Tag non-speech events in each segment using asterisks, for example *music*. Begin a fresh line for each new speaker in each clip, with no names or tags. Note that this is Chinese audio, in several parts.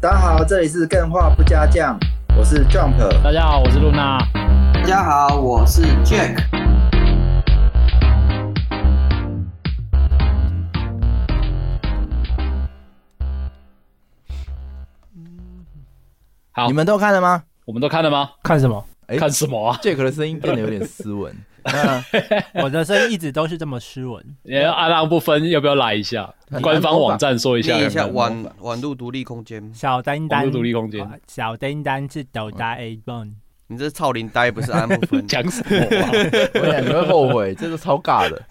大家好，这里是更画不加酱，我是 Jump。
大家好，我是露娜。
大家好，我是 Jack。
好
你们都看了吗？
我们都看了吗？
看什么？
哎
看什么啊？
Jack 的声音变得有点斯文，
*laughs* 我的声音一直都是这么斯文。
也要阿浪不分，要不要来一下？
哎
很难
官方网站说一下有没
念
有，
一下宛宛路独立空间，
小丹
网络
丹，
独立空间。
啊小丹丹是抖大 A bone。
你这是超龄呆不是安不分
*laughs* 讲什
*laughs*
么啊？
*laughs* 我想你会后悔，这个超尬的。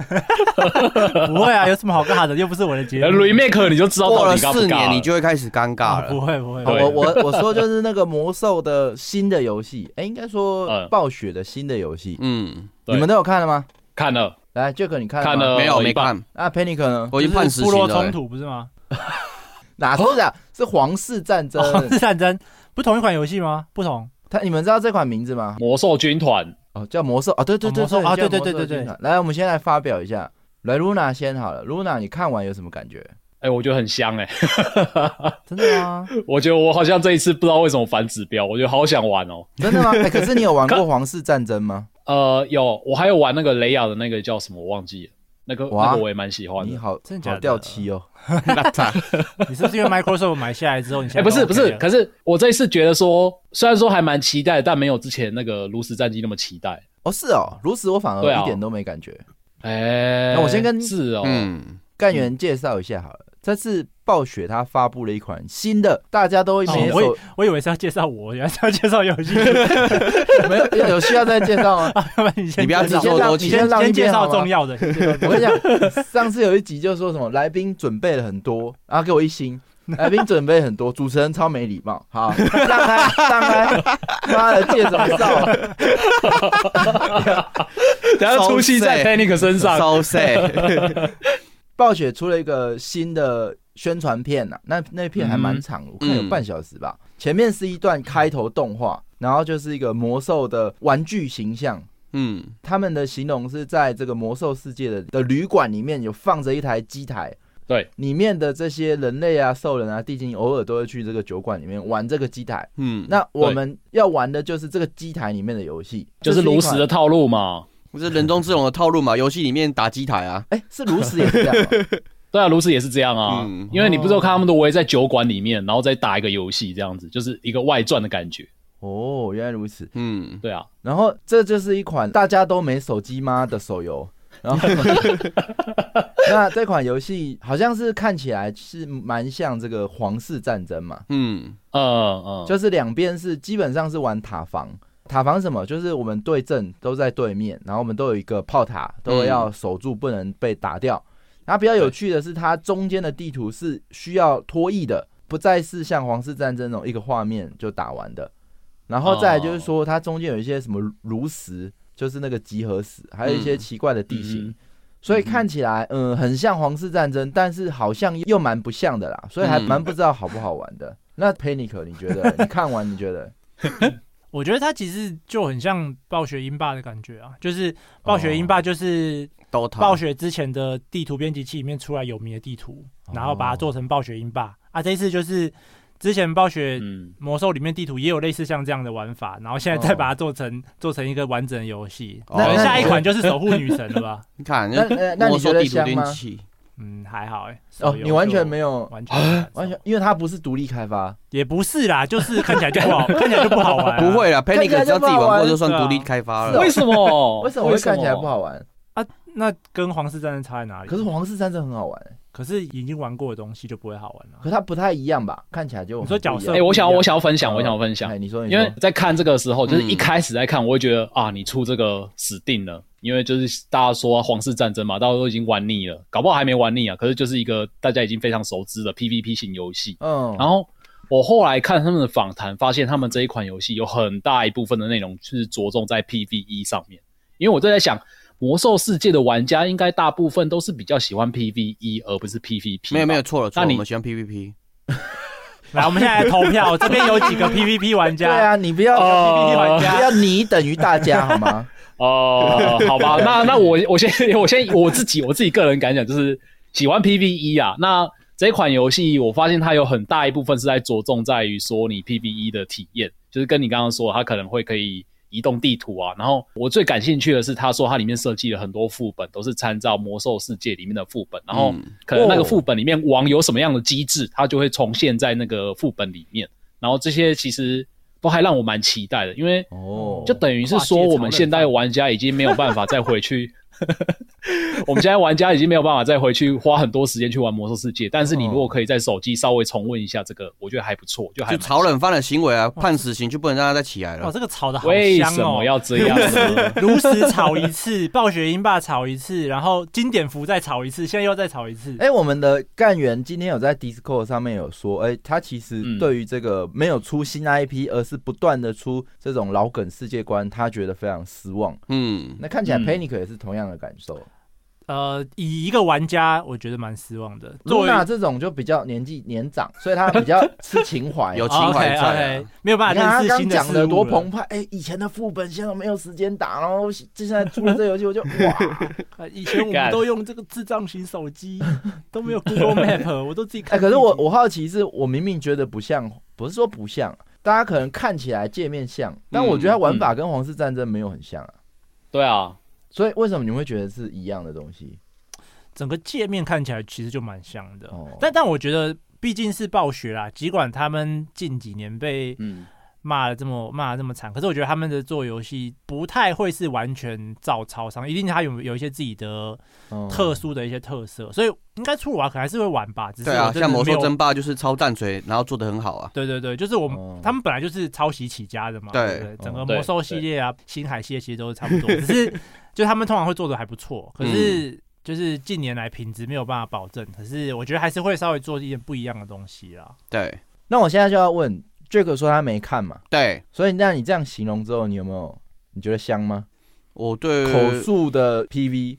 不会啊，有什么好尬的？又不是我的节目。
remake 你就知道
过
到
了
底尬不
四
尬
年，你就会开始尴尬
啊 *laughs* 不
了。
会不会。
对
我我我说就是那个魔兽的新的游戏，哎，应该说
嗯
暴雪的新的游戏，
嗯，
对
你们都有看了吗？
看了，
来，Jack 你看了
看
吗啊
了
没有
一
没
半
看，
那 Panic 呢？
我已经判死
部
刑
落
了欸
冲。突不是吗？
哪是啊？是皇室战争。
哦，是战争，不同一款游戏吗？不同。
他你们知道这款名字吗？
魔兽军团，
哦，叫魔兽啊，对对
哦
对
魔兽
对
啊对
叫
对
魔
对
兽
对对
军团。来，我们先来发表一下。来，Luna 先好了，Luna 你看完有什么感觉？
哎，我觉得很香哎， *laughs*
真的
啊
吗？
我觉得我好像这一次不知道为什么反指标，我觉得好想玩哦。
*laughs* 真的吗？哎，可是你有玩过皇室战争吗？
呃，有，我还有玩那个雷亚的那个叫什么，我忘记了，那个
哇
那个我也蛮喜欢
你
的。
好，
真的假的
好掉漆哦。
你是不是因为 Microsoft 买下来之后，你
哎，
现在
不
都
是
OK
不是，
啊
了
可是我这一次觉得说，虽然说还蛮期待，但没有之前那个炉石战机那么期待。
哦，是哦，如此我反
对啊
而一点都没感觉。
哎，
那我先跟
是哦，
嗯，
干员介绍一下好了，这次暴雪它发布了一款新的，大家都
哦
没
我
有
以 *laughs* 我以为是要介绍我，原来是要介绍游
*laughs*
戏。 *laughs*
没有 *laughs* 有需要再介绍吗？
要然你先
你不要
介
自
绍
作多
你
你
情
先。
先
让一
先
边
介
好
绍
吗
重要的。先介绍重
我
要
跟
的
你讲，上次有一集就说什么来宾准备了很多，然后给我一星。来宾准备很多，主持人超没礼貌。好，让开， *laughs* 让开，妈的，借什么啊照？
等下出戏在 Panic 身上，
收塞，
暴雪出了一个新的宣传片呐、那那片还蛮长的，我看有
嗯
半小时吧。前面是一段开头动画，然后就是一个魔兽的玩具形象。
嗯，
他们的形容是在这个魔兽世界的的旅馆里面有放着一台机台，
对，
里面的这些人类啊、兽人啊、地精偶尔都会去这个酒馆里面玩这个机台。
嗯，
那我们要玩的就是这个机台里面的游戏，
就是炉石的
这是一款。
套路嘛。
这是人中之龙的套路嘛？游戏里面打机台啊，
哎、是炉石也是这样吗、
对啊，炉石也是这样啊，
嗯
因为你不是有看他们都围在酒馆里面，然后再打一个游戏，这样子就是一个外传的感觉。
哦，原来如此。
嗯，
对啊，
然后这就是一款大家都没手机吗的
*laughs*
手游。然后，那这款游戏好像是看起来是蛮像这个皇室战争嘛，
嗯，
嗯嗯，
就是两边是基本上是玩塔防。塔防是什么？就是我们对阵都在对面，然后我们都有一个炮塔，都要守住，不能被打掉。然后比较有趣的是，它中间的地图是需要拖曳的，不再是像皇室战争那种一个画面就打完的。然后再来就是说，它中间有一些什么炉石，就是那个集合石，还有一些奇怪的地形。
嗯
所以看起来，嗯，很像皇室战争，但是好像又蛮不像的啦，所以还
嗯
蛮不知道好不好玩 *laughs* 的。那 Panic，你觉得？你看完你觉 *laughs* 得？
我觉得它其实就很像暴雪英霸的感觉啊，就是暴雪英霸就是
都
暴
塔，
雪之前的地图编辑器里面出来有名的地图，
哦
然后把它做成暴雪英霸啊。这一次就是之前暴雪
嗯，
魔兽里面地图也有类似像这样的玩法，然后现
哦
在再把它做成、做成一个完整的游戏。
哦
可能
那
下一款就是守护女神了
*laughs*
吧？
你看，
那呃那你
魔兽
觉得
地图
香
电
吗
器，
嗯，还好哎、
哦，你完全没
有，
有，
完全没有
完全，因为它不是独立开发，
也不是啦，就是看起来就
*laughs*
不好，看起来就不好玩啊、
不会啦 p a
看
n i
起
c
来
只要
就
自
不
己
好玩
玩过就算独立开发
是哦
了
为。什么？
*laughs* 为什么会看起来不？好玩？
那跟皇室战争差在哪里？
可是皇室战争很好玩，
可是已经玩过的东西就不会好玩了、
可它不太一样吧？看起来就很
你说角
不一
色
哎、
样
我想要我想要分享，
嗯
我想要分享
哎，，你说你
因为
说，
在看这个时候，就是
嗯
一开始在看，我会觉得、啊，你出这个死定了，因为就是大家说啊皇室战争嘛，大家都已经玩腻了，搞不好还没玩腻啊，可是就是一个大家已经非常熟知的 PVP 型游戏。
嗯，
然后我后来看他们的访谈，发现他们这一款游戏有很大一部分的内容是着重在 PVE 上面，因为我就在想，魔兽世界的玩家应该大部分都是比较喜欢 PVE 而不是 PVP。
没有没有，，错了错
那
了，
你
我们喜欢 PVP。
来，我们现在来投票，这边有几个 PVP 玩
对
家？
啊，你不要
哦
不要你等于大家好 *laughs* 吗？
哦、好吧， *laughs* 那那我我先我先我自己我自己个人感想就是喜欢 PVE 啊，那。这款游戏我发现它有很大一部分是在着重在于说你 PVE 的体验，就是跟你刚刚说的，它可能会可以移动地图啊。然后我最感兴趣的是，他说它里面设计了很多副本，都是参照魔兽世界里面的副本，然后可能那个副本里面王有什么样的机制，它就会重现在那个副本里面。然后这些其实都还让我蛮期待的，因为
哦，
就等于是说，我们现在玩家已经没有办法再回去， *laughs* 我们现在玩家已经没有办法再回去花很多时间去玩魔兽世界。但是你如果可以在手机稍微重温一下这个，我觉得还不错，就还
就
蛮
炒冷饭的行为啊，判死刑就不能让他再起来
哇，
了。
这个炒的好
为
香
什
哦
么！要这样
*laughs*
呢？
如实炒一次，暴雪英霸炒一次，然后经典服再炒一次，现在又再炒一次。
哎、我们的干员今天有在 Discord 上面有说，哎、他其
嗯
实对于这个没有出新 IP，而是不断的出这种老梗世界观，他觉得非常失望。
嗯，
那看起来
嗯
Panic 也是同样的感受。
呃，以一个玩家，我觉得蛮失望的。作
露
为
娜这种就比较年纪年长，所以他比较吃
*laughs*
情怀。
有
你
情怀在
o
啊
k 哦没有办
看
法
他
认识新
刚
的
讲的多
事物了
澎湃，哎、以前的副本现在都没有时间打，然后现在出了这游戏，我就
*laughs*
哇，
呃以前我们
干
都用这个智障型手机，都没有 Google Map，我都自己 *laughs*
哎、
看地
可
图。
是我我好奇是，我明明觉得不像，不是说不像，大家可能看起来界面像，但我觉得它玩法跟皇室战争没有很像
嗯
啊。
对啊，
所以为什么你会觉得是一样的东西？
整个界面看起来其实就蛮像的，
哦
但但我觉得毕竟是暴雪啦，尽管他们近几年被
嗯，
骂的这么骂的这么惨，可是我觉得他们的做游戏不太会是完全照抄上，一定他有有一些自己的
嗯
哦
特殊的一些特色，所以应该出鲁瓦可能还是会玩吧，只是
对啊，
我真的
像魔
没
兽
有
争霸就是超淡水，然后做的很好啊。
对对对，就是我们、
哦
他们本来就是抄袭起家的嘛，
对
对不对，整个
哦
魔兽系列啊、星海系列其实都是差不多，只
*laughs*
是就他们通常会做的还不错，可
嗯
是就是近年来品质没有办法保证，可是我觉得还是会稍微做一点不一样的东西啦。
对
那我现在就要问 Jack 说他没看嘛，
对，
所以那你这样形容之后，你有没有你觉得香吗？
我对 *laughs*
口述的 PV，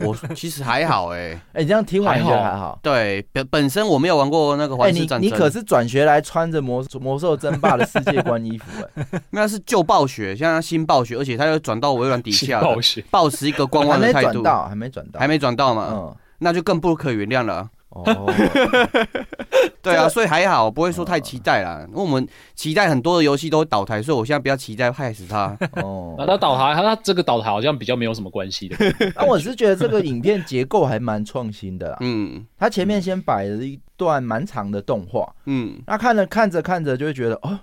我其实还好哎。
哎、你这样听完
还
你
好
觉得还好？
对，本本身我没有玩过那个
哎、
环
你
世战
你
争，
可是转学来穿着魔魔兽争霸的世界观衣服、哎
那是旧暴雪，现在新暴雪，而且他又转到微软底 *laughs* 下了
暴，雪
抱持一个观望
还
的
没
态
转
度，
到，还没转到，
还没转到嘛， *laughs*
嗯，
那就更不可原谅了。
哦，
对
这
啊，
个嗯
所以还好，不会说太期待啦。因为我们期待很多的游戏都会倒台，所以我现在比较期待害死他。
*laughs* 哦
*laughs*
那他倒台，他他这个倒台好像比较没有什么关系的。
那我是觉得这个影片结构还蛮创新的啦。
嗯
它前面先摆了一段蛮长的动画，
嗯，
那看了看着看着就会觉得，哦，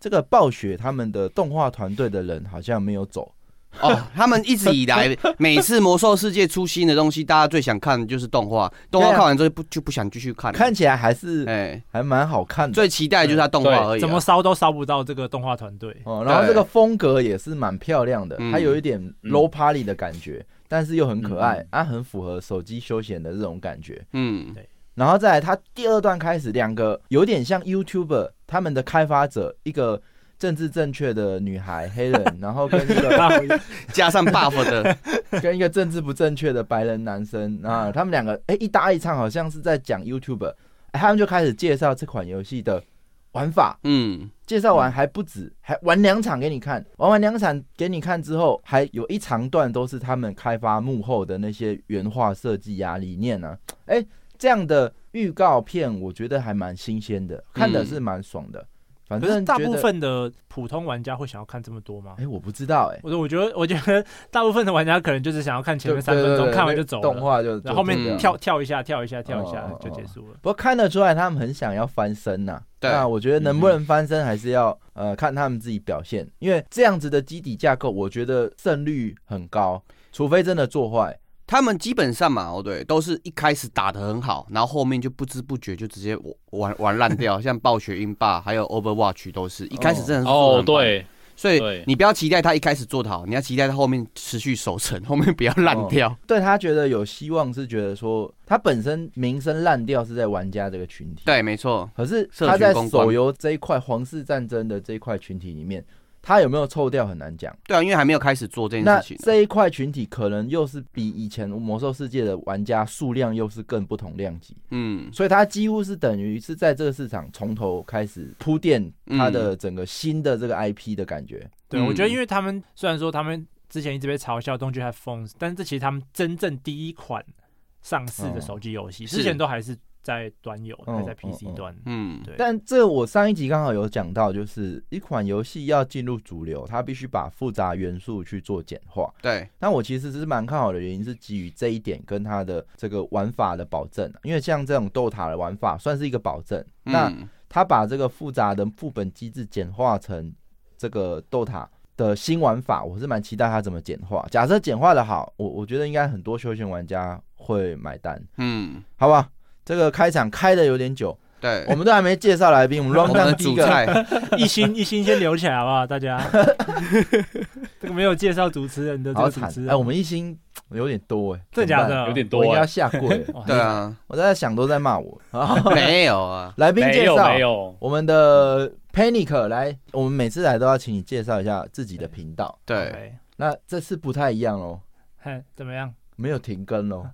这个暴雪他们的动画团队的人好像没有走。
哦，他们一直以来每次魔兽世界出新的东西，大家最想看的就是动画，动画
对啊
看完之后就不就不想继续看了。
看起来还是
哎，
还蛮好看的
最期待的就是他动画而已啊。
怎么烧都烧不到这个动画团队。
哦，然后
对
这个风格也是蛮漂亮的，
嗯
它有一点 low poly 的感觉，但是又很可爱
嗯，
它很符合手机休闲的这种感觉。
嗯
然后再来，它第二段开始，两个有点像 YouTuber 他们的开发者，一个政治正确的女孩黑
*laughs*
人，然后跟一个
加上 buff 的，*laughs*
*laughs* 跟一个政治不正确的白人男生
嗯
啊，他们两个哎一搭一唱，好像是在讲 YouTuber，哎他们就开始介绍这款游戏的玩法，
嗯
介绍完还不止，还玩两场给你看，玩完两场给你看之后，还有一长段都是他们开发幕后的那些原画设计啊、理念啊，哎，这样的预告片我觉得还蛮新鲜的，看的是蛮爽的。反
嗯可是
正
大
觉
部
得，
分的普通玩家会想要看这么多吗？
哎，我不知道哎，
我我觉得，我觉得大部分的玩家可能就是想要看前面三分
对对
钟，
对
看完就走
动
了，
画就
然后后
就这
嗯
面
样
跳跳一下，跳一下，跳一下
哦哦哦
就结束了。
不过看得出来，他们很想要翻身呐、
对
那我觉得能不能翻身，还是要、呃看他们自己表现，因为这样子的基底架构，我觉得胜率很高，除非真的做坏。
他们基本上嘛，哦对，都是一开始打得很好，然后后面就不知不觉就直接玩玩烂掉，像暴雪英霸还有 Overwatch 都是一开始真的是做得
哦
很，棒，
对，
所以
对
你不要期待他一开始做得好，你要期待他后面持续守城，后面不要烂掉。
对他觉得有希望，是觉得说他本身名声烂掉是在玩家这个群体，
对，没错，
可是
社群
他在
公关
手游这一块皇室战争的这一块群体里面，他有没有臭掉很难讲。
对啊，因为还没有开始做这件
那
事情。
这一块群体可能又是比以前魔兽世界的玩家数量又是更不同量级，
嗯
所以它几乎是等于是在这个市场从头开始铺垫它的整个新的这个 IP 的感觉。
对，
嗯
我觉得因为他们虽然说他们之前一直被嘲笑东区还疯子，但这其实他们真正第一款上市的手机游戏，
哦是
之前都还是在端游，
嗯
还在
嗯嗯
PC 端。
嗯，
对，
但这我上一集刚好有讲到，就是一款游戏要进入主流，它必须把复杂元素去做简化。
对，
但我其实是蛮看好的原因是基于这一点跟它的这个玩法的保证、啊因为像这种斗塔的玩法算是一个保证。那
嗯
它把这个复杂的副本机制简化成这个斗塔的新玩法，我是蛮期待它怎么简化。假设简化的好，我我觉得应该很多休闲玩家会买单，
嗯，
好不好？这个开场开的有点久，
对，
我们都还没介绍来宾，我们 round
我们
down
的
第一
主
个，
菜，
*laughs* 一心一心先留起来好不好？大
*laughs*
家，这个没有介绍主持人的这
好
个主
惨！
持
哎，
人，
我们一星有点多哎，
真的假
怎么
的？
有点
办？我应
多
该
哎、
要下跪，
哇
对，
*laughs*
啊，
我在想都在骂我。好
没有啊，
来宾
没
介
有
绍
没，有，
我们的 Panic 来，我们每次来都要请你介绍一下自己的频道。
对
那这次不太一样哦，
嘿，怎么样？
没有停更哦，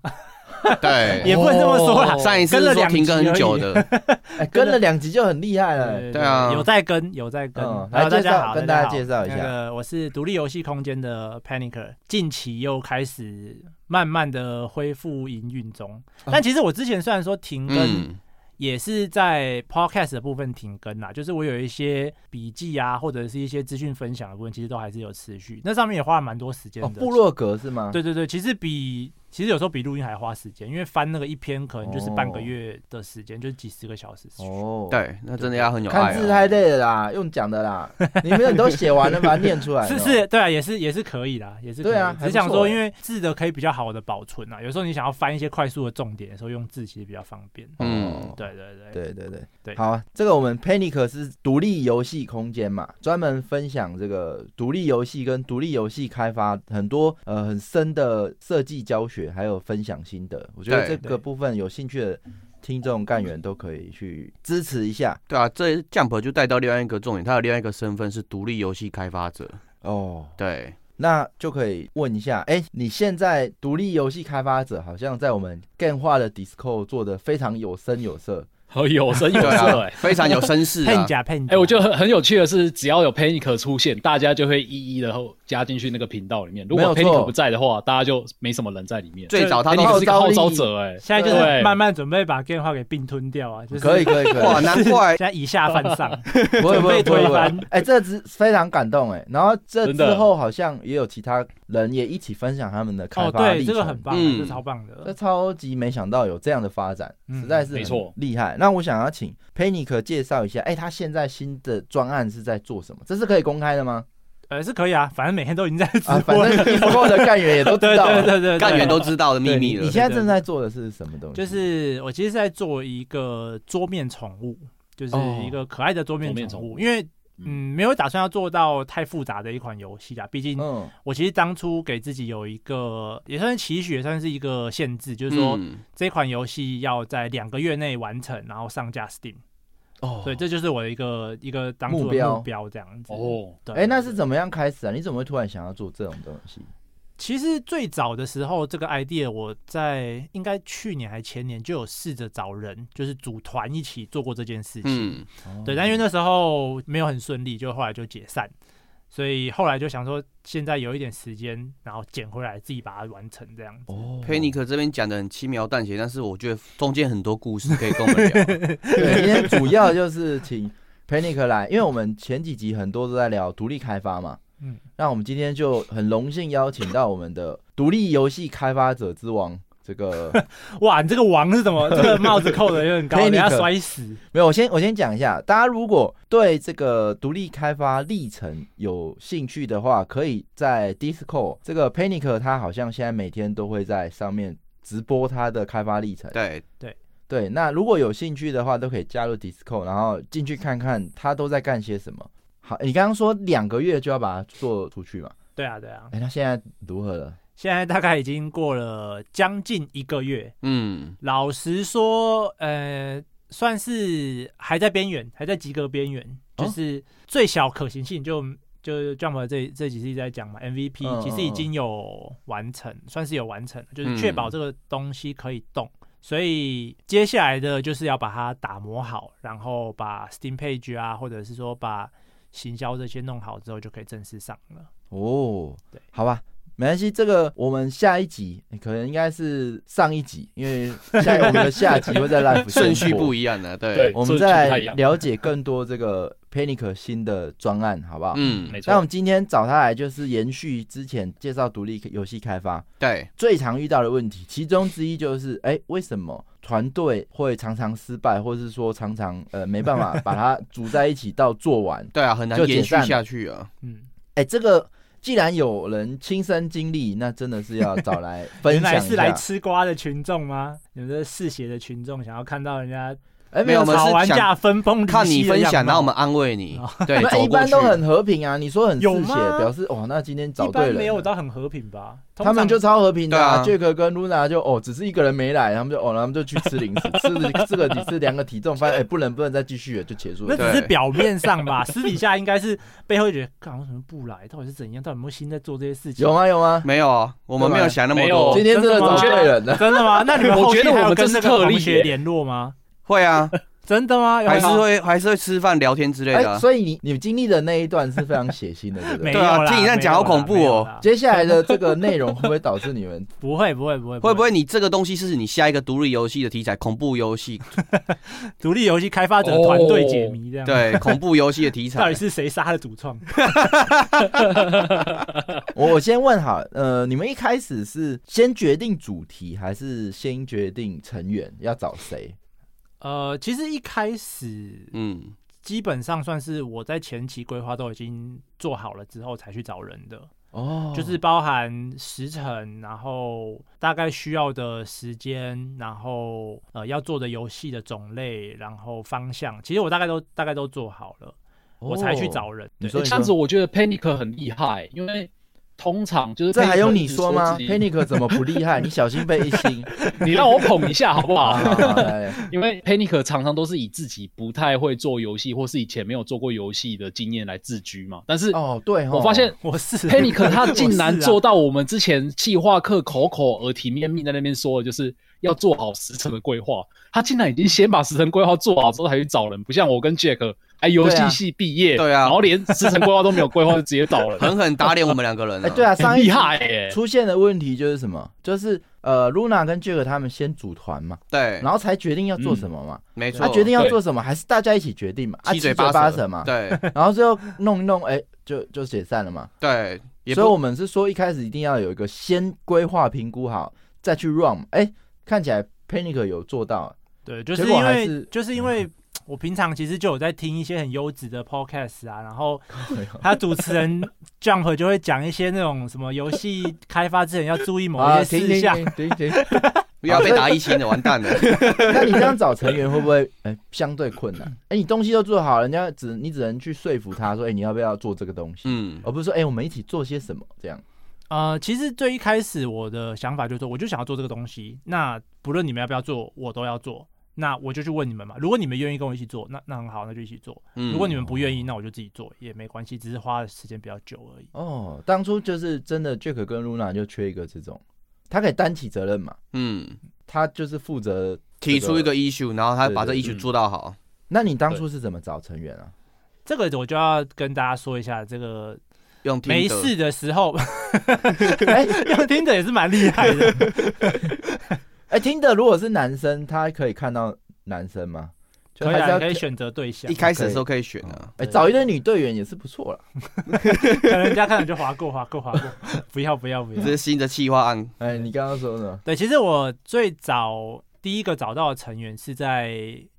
对。哦
*laughs* 也不能这么说啦，
上一次
跟
是
了
说
两
停更
集
很
而
久
已
的，
*laughs*
哎，跟了两集就很厉害了。
对
对啊
有在跟，有在跟
嗯。
然后大
来介绍
家好，
跟
大
大家介绍一下
那个我是独立游戏空间的 Panic，近期又开始慢慢的恢复营运中。
嗯
但其实我之前虽然说停更，
嗯，
也是在 Podcast 的部分停更啦，就是我有一些笔记啊，或者是一些资讯分享的部分，其实都还是有持续。那上面也花了蛮多时间
哦，
的。
部落格是吗？
对对对，其实比其实有时候比录音还花时间，因为翻那个一篇可能就是半个
哦
月的时间，就是几十个小时。
哦，，
对，那真的要很有
看
爱
字
哦。
太累了啦，用讲
*laughs*
的啦，你没有你都写完了，把它念出来。哦
是，是，对啊，也是也是可以啦，也是可以
对啊还
只
不
想
错
说，
欸
因为字的可以比较好的保存啊，有时候你想要翻一些快速的重点的时候，用字其实比较方便。
嗯
对对对，
对对对
对
好啊，这个我们 Panic 是独立游戏空间嘛，专门分享这个独立游戏跟独立游戏开发很多呃很深的设计教学，还有分享心得。我觉得这
对
个部分有兴趣的听众干员都可以去支持一下
对啊，这 Jump 就带到另外一个重点，他有另外一个身份是独立游戏开发者。
哦。
对，
那就可以问一下，哎、你现在独立游戏开发者好像在我们 Game 化的 Discord 做的非常有声有色，
好有声有
对
色哎、
啊，非常有绅士
骗
啊。
假骗假。
哎、我觉得很很有趣的是，只要有 Panic 出现，大家就会一一的加进去那个频道里面。如
没有
果
错
Panic 不在的话，大家就没什么人在里面。
最早他都
Panic
号
是个
召
号
力
召者哎、
现在就是
对
慢慢准备把电话给并吞掉啊，就是
可以可以可以，
哇，难怪
现在以下犯上。
不会不
准备
会不会
推
不会
翻，
哎、这只非常感动哎、然后这
真
之
的
后好像也有其他人也一起分享他们的 *laughs* 开
哦，
发
对，
历
这
程，
个很棒啊，
嗯
这超棒
这
的。
超级没想到有这样的发展，
嗯
实在是很
没错
厉害。那我想要请 Panic 介绍一下，哎、他现在新的专案是在做什么？这是可以公开的吗？
呃，是可以啊，反正每天都已经在直
啊，反
播了。
正 Discord 的干员也都知
对
道
对
了。
对对，
干员
对
都知道的秘密
对你
了
你。现在正在做的是什么东西？
就是我其实是在做一个桌面宠物，就是
哦
一个可爱的桌面宠
桌面宠
物，
物
因为嗯没有打算要做到太复杂的一款游戏啊，毕竟
嗯，
我其实当初给自己有一个也算是期许，也算是一个限制，就是说
嗯，
这款游戏要在两个月内完成，然后上架 Steam，
哦
所以这就是我的一个一个当初
目
的
标
目标这样子。
哦，
对，
哎、那是怎么样开始啊？你怎么会突然想要做这种东西？
其实最早的时候，这个 idea 我在应该去年还前年就有试着找人，就是组团一起做过这件事情。
嗯，
对，但因为那时候没有很顺利，就后来就解散，所以后来就想说，现在有一点时间，然后捡回来自己把它完成这样子。
哦
佩尼克这边讲的很轻描淡写，但是我觉得中间很多故事可以跟我们
*laughs*
聊。
对，今天主要就是请 Panic 来，因为我们前几集很多都在聊独立开发嘛。嗯
嗯，
那我们今天就很荣幸邀请到我们的独立游戏开发者之王，这个
哇，你这个王是怎么？这个帽子扣的有点高，
佩
等
妮
下
可
摔死。
没有，我先我先讲一下，大家如果对这个独立开发历程有兴趣的话，可以在 Discord 这个 Panic 他好像现在每天都会在上面直播他的开发历程。
对，
对，那如果有兴趣的话，都可以加入 Discord，然后进去看看他都在干些什么。好，你刚刚说两个月就要把它做出去嘛？
对啊，对啊，
哎，那现在如何了？
现在大概已经过了将近一个月。
嗯，
老实说，呃，算是还在边缘，还在及格边缘，
哦
就是最小可行性就。就 Jump 这这几次一直在讲嘛
嗯
，MVP
嗯
其实已经有完成，算是有完成了，就
嗯
是确保这个东西可以动。所以接下来的就是要把它打磨好，然后把 Steam Page 啊，或者是说把行销这些弄好之后，就可以正式上了。
哦
对，
好吧，没关系，这个我们下一集可能应该是上一集，因为下我们的下集会在
*laughs*
live
顺序不
一，
一样的，对
对
我们再
顺
来
序不太一样
了解更多这个 Panic 新的专案，好不好？
嗯
没，
那我
错
们，今天找他来，就是延续之前介绍独立游戏开发
对，
最常遇到的问题，其中之一就是，哎、为什么团队会常常失败，或是说常常呃没办法把它组在一起到做完？ *laughs*
对啊，很难
就
延
解
续
散
下去啊。
嗯，
哎、这个既然有人亲身经历，那真的是要找来分
原
享
来
一
是来
下。
吃瓜的群众吗？你们这嗜血的群众想要看到人家
哎、
没有我们是
吵完
想
架分崩离析
看你
的
分
样
享，
貌
然后我们安慰你
哦，
对，
*laughs* 那
走
一
过
般
去
都很和平啊。你说很
有
嗜血，
吗
表示哇，那今天找
一
对
般
人
没有
了。
到很和平吧？通
他们
常啊
就超和平的、
对
Jack 跟 Luna 就哦，只是一个人没来，他们就哦，然后他们就去吃零
*laughs*
食，吃了这个你吃两个体重，发现哎、不能不能再继续了，就结束
那
了。
只是
对
表面上吧， *laughs* 私底下应该是背后会觉得，干为什么不来？到底是怎样？到底有没有心在做这些事情？
有？吗？有吗？
没有啊，我们没有想那么
没有
多
今，天真的找对人了。
哦真的吗？那你
*laughs*
们
我
后续
觉得我
还有
们
跟
这
那
是
个
特
同
例
学
耶
联络吗？
会啊，
真的吗？有
还是
吗
会还是会吃饭聊天之类
哎、
的啊。
所以你你经历的那一段是非常血腥的，对
*laughs*
不
没
对？
有
对啊
啦，
听你这样讲好恐怖哦
没有啦
接下来的这个内容会不会导致你们 *laughs*
不会不会不会
会不会你这个东西是你下一个独立游戏的题材？恐怖游
*laughs*
戏，
独立游戏开发者团队解谜这
哦
样？，
对，恐怖游戏的题
到
材。
底是谁杀了主创？
我我先问好，呃，你们一开始是先决定主题，还是先决定成员要找谁？
呃，其实一开始
嗯，
基本上算是我在前期规划都已经做好了之后才去找人的，
哦
就是包含时程，然后大概需要的时间，然后呃要做的游戏的种类，然后方向，其实我大概都大概都做好了，我才
哦
去找。人。
你
对
说
哎这样子我觉得 Panic 很厉害，因为通常就是
这还
Panic
用你
一直
说吗
自己
？Panic 怎么不厉害？你小心被一
*laughs*
星。
你让我捧一
*laughs*
下好不
啊
好
好？
好好来来
因为 Panic 常常都是以自己不太会做游戏，或是以前没有做过游戏的经验来自居嘛。但是
哦，对哦，
我发现
我是
Panic 他竟
*laughs*
然做
到，
到我们之前计划课口口耳提面命在那边说的，就是要做好时程的规划。他竟然已经先把时程规划做好之后才去找人，不像我跟 Jack 还游
对啊
戏系毕业，
对啊
然后连时程规划都没有规划就直接找 *laughs* 人，
狠狠打脸我们两个人
哎，对
啊，
啊，上
很
一
厉
集
害耶、
出现的问题就是什么？就是呃，Luna 跟 Jack 他们先组团嘛，
对，
然后才决定要做什么嘛。
没错，
他啊决定要
对
做什么，还是大家一起决定嘛？啊，
七嘴
八
舌
舌嘛。
对
然后最后弄一弄，哎，就就解散了嘛。 *laughs*
对，也
所以我
不
们是说一开始一定要有一个先规划评估好，再去 run。哎，看起来 Panic 有做到，
对，就是
结果
因
还
为
是嗯
就是因为。我平常其实就有在听一些很优质的 podcast 啊，然后
哎
他主持人 *laughs* Jump 就会讲一些那种什么游戏开发之前要注意某一
啊，
些
停
事
停
项，
停停停。
不
*laughs*
要被打一星的，完蛋了。
那你这样找成员会不会哎、相对困难？哎、你东西都做好了，人家只你只能去说服他说，哎、你要不要做这个东西，
嗯，
而不是说哎、我们一起做些什么这样。
呃，其实最一开始我的想法就是说，我就想要做这个东西，那不论你们要不要做，我都要做。那我就去问你们嘛，如果你们愿意跟我一起做，那那很好，那就一起做；
嗯
如果你们不愿意，那我就自己做也没关系，只是花的时间比较久而已。
哦，当初就是真的 Jack 跟 Luna 就缺一个这种，他可以担起责任嘛，
嗯
他就是负责。
提出一个 issue，然后他把这
对对嗯
issue 做到好。
那你当初是怎么找成员
*laughs*
啊？
这个我就要跟大家说一下，这个
用听
没
的
事的时候， *laughs*
哎
用听的也是蛮厉
*laughs*
害的。
哎，听的如果是男生，他可以看到男生吗？就
可以
还是
啊，
要
你可以选择对象
一，开始的时候可以选啊。
哎、找一对女队员也是不错了。
可能人家看了就划过，划过，划 *laughs* 过，不要，不要，不要
嗯
这。是新的企划案，
哎、你刚刚说什么？
对，其实我最早第一个找到的成员是在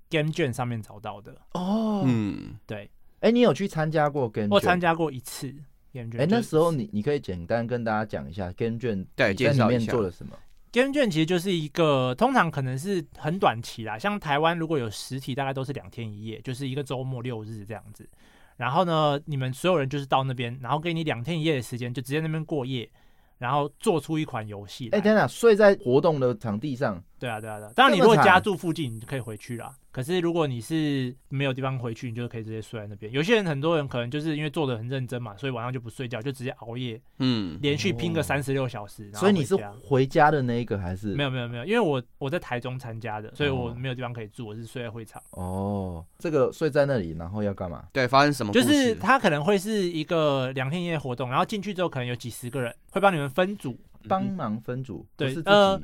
Game 卷上面找到的，
哦，
嗯，
对
哎、你有去参加过 game？
我参
加。
加过一次 Game 卷。
哎、那时
候
候你你可以简单跟大家讲一下 game 卷
对，
你在
介
里
绍一
面
下
做。了什么？
Game 卷其实就是一个，通常可能是很短期啦，像台湾如果有实体，大概都是两天一夜，就是一个周末六日这样子。然后呢，你们所有人就是到那边，然后给你两天一夜的时间，就直接那边过夜，然后做出一款游戏来。
哎、等等，睡在活动的场地上，
对啊，对啊，对啊。当然，你
这
如
么
果家
惨
住附近，你可以回去啦。可是如果你是没有地方回去，你就可以直接睡在那边。有些人，很多人可能就是因为做的很认真嘛，所以晚上就不睡觉，就直接熬夜，
嗯，
连续拼个
哦
三十六小时。然后
所以你
回
是
家
回家的那一个还是
没
有？
有没有没有，因为我我在台中参加的，所以我
哦
没有地方可以住，我是睡在会场。
哦，这个睡在那里，然后要干嘛？
对，发生什么哦故
就
事？
是它可能会是一个两天一夜活动，然后进去之后可能有几十个人会帮你们分组。
帮忙分组，
嗯对
不是自
呃
己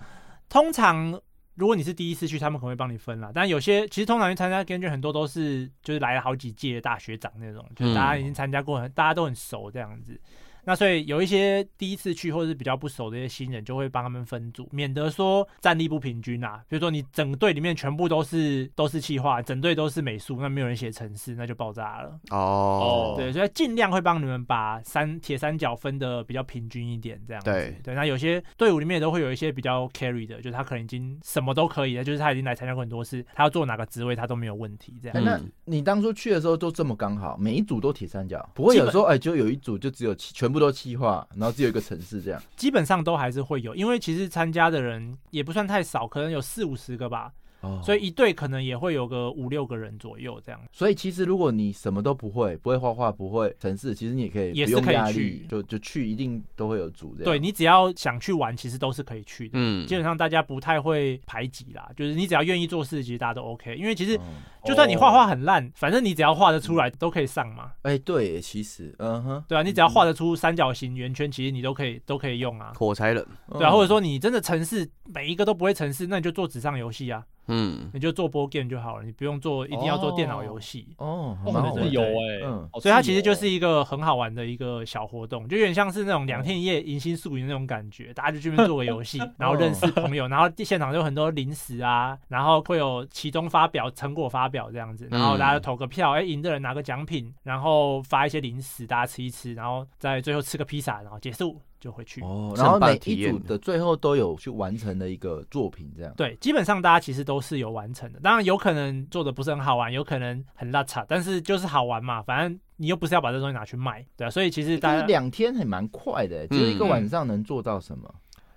通常如果你是第一次去，他们可能会帮你分啦。但有些其实通常去参加 g a n 很多都是就是来了好几届的大学长那种，就是大家已经参加过很，大家都很熟这样子。那所以有一些第一次去或者是比较不熟的一些新人，就会帮他们分组，免得说战力不平均啊。比如说你整个队里面全部都是都是气化，整队都是美术，那没有人写程式，那就爆炸了。
哦，
对，所以尽量会帮你们把三铁三角分的比较平均一点，这样子。
对
对，那有些队伍里面也都会有一些比较 carry 的，就是他可能已经什么都可以了，就是他已经来参加过很多次，他要做哪个职位他都没有问题，这样。
哎
嗯
那你当初去的时候都这么刚好，每一组都铁三角，不会
基
有
本
时候哎，就有一组就只有七，全部都七化，然后只有一个城市这样。
基本上都还是会有，因为其实参加的人也不算太少，可能有四五十个吧，
哦
所以一队可能也会有个五六个人左右这样。
所以其实如果你什么都不会，不会画画，不会城市，其实你也可以
也
不
是
用
可以
压
去
力，就就去，一定都会有组这样。
对你只要想去玩，其实都是可以去的。
嗯，
基本上大家不太会排挤啦，就是你只要愿意做事，其实大家都 OK。因为其实
嗯
就算你画画很烂，反正你只要画得出来，都可以上嘛，
哎，对，其实嗯哼，
对啊，你只要画得出三角形、圆圈，其实你都可以都可以用啊，
火柴人，
对啊，或者说
说
你真的城市每一个都不会城市，那你就做纸上游戏啊，
嗯，
你就做 board game 就好了，你不用做一定要做电脑游戏。
哦，
哦，
对
蛮好
很自
玩
对
由
对
哎、
嗯
好
所以它
自
其实
由
就
哦
是一个很好玩的一个小活动，就有点像是那种两天一夜迎新宿营那种感觉，大家就这边做个游戏，然后认识朋友，然后现场就有很多零食啊，然后会有其中发表成果发表这样子，然后大家投个票，哎、赢的人拿个奖品，然后发一些零食，大家吃一吃，然后再最后吃个披萨，然后结束就回去。
哦，
胜
然后
败
每
体
一
验
组的最后都有去完成的一个作品这样。
对，基本上大家其实都是有完成的，当然有可能做的不是很好玩，有可能很邋遢，但是就是好玩嘛，反正你又不是要把这东西拿去卖，对啊，所以其实
就
大
是
家
两天还蛮快的，只有一个
嗯
晚上能做到什么？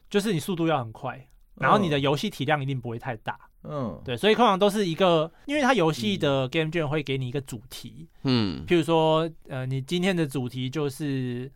就是你速度要很快，然后你的游戏体量一定不会太大，
嗯，
对，所以通常都是一个，因为它游
嗯
戏的 game 卷会给你一个主题，
嗯，
譬如说，呃，你今天的主题就是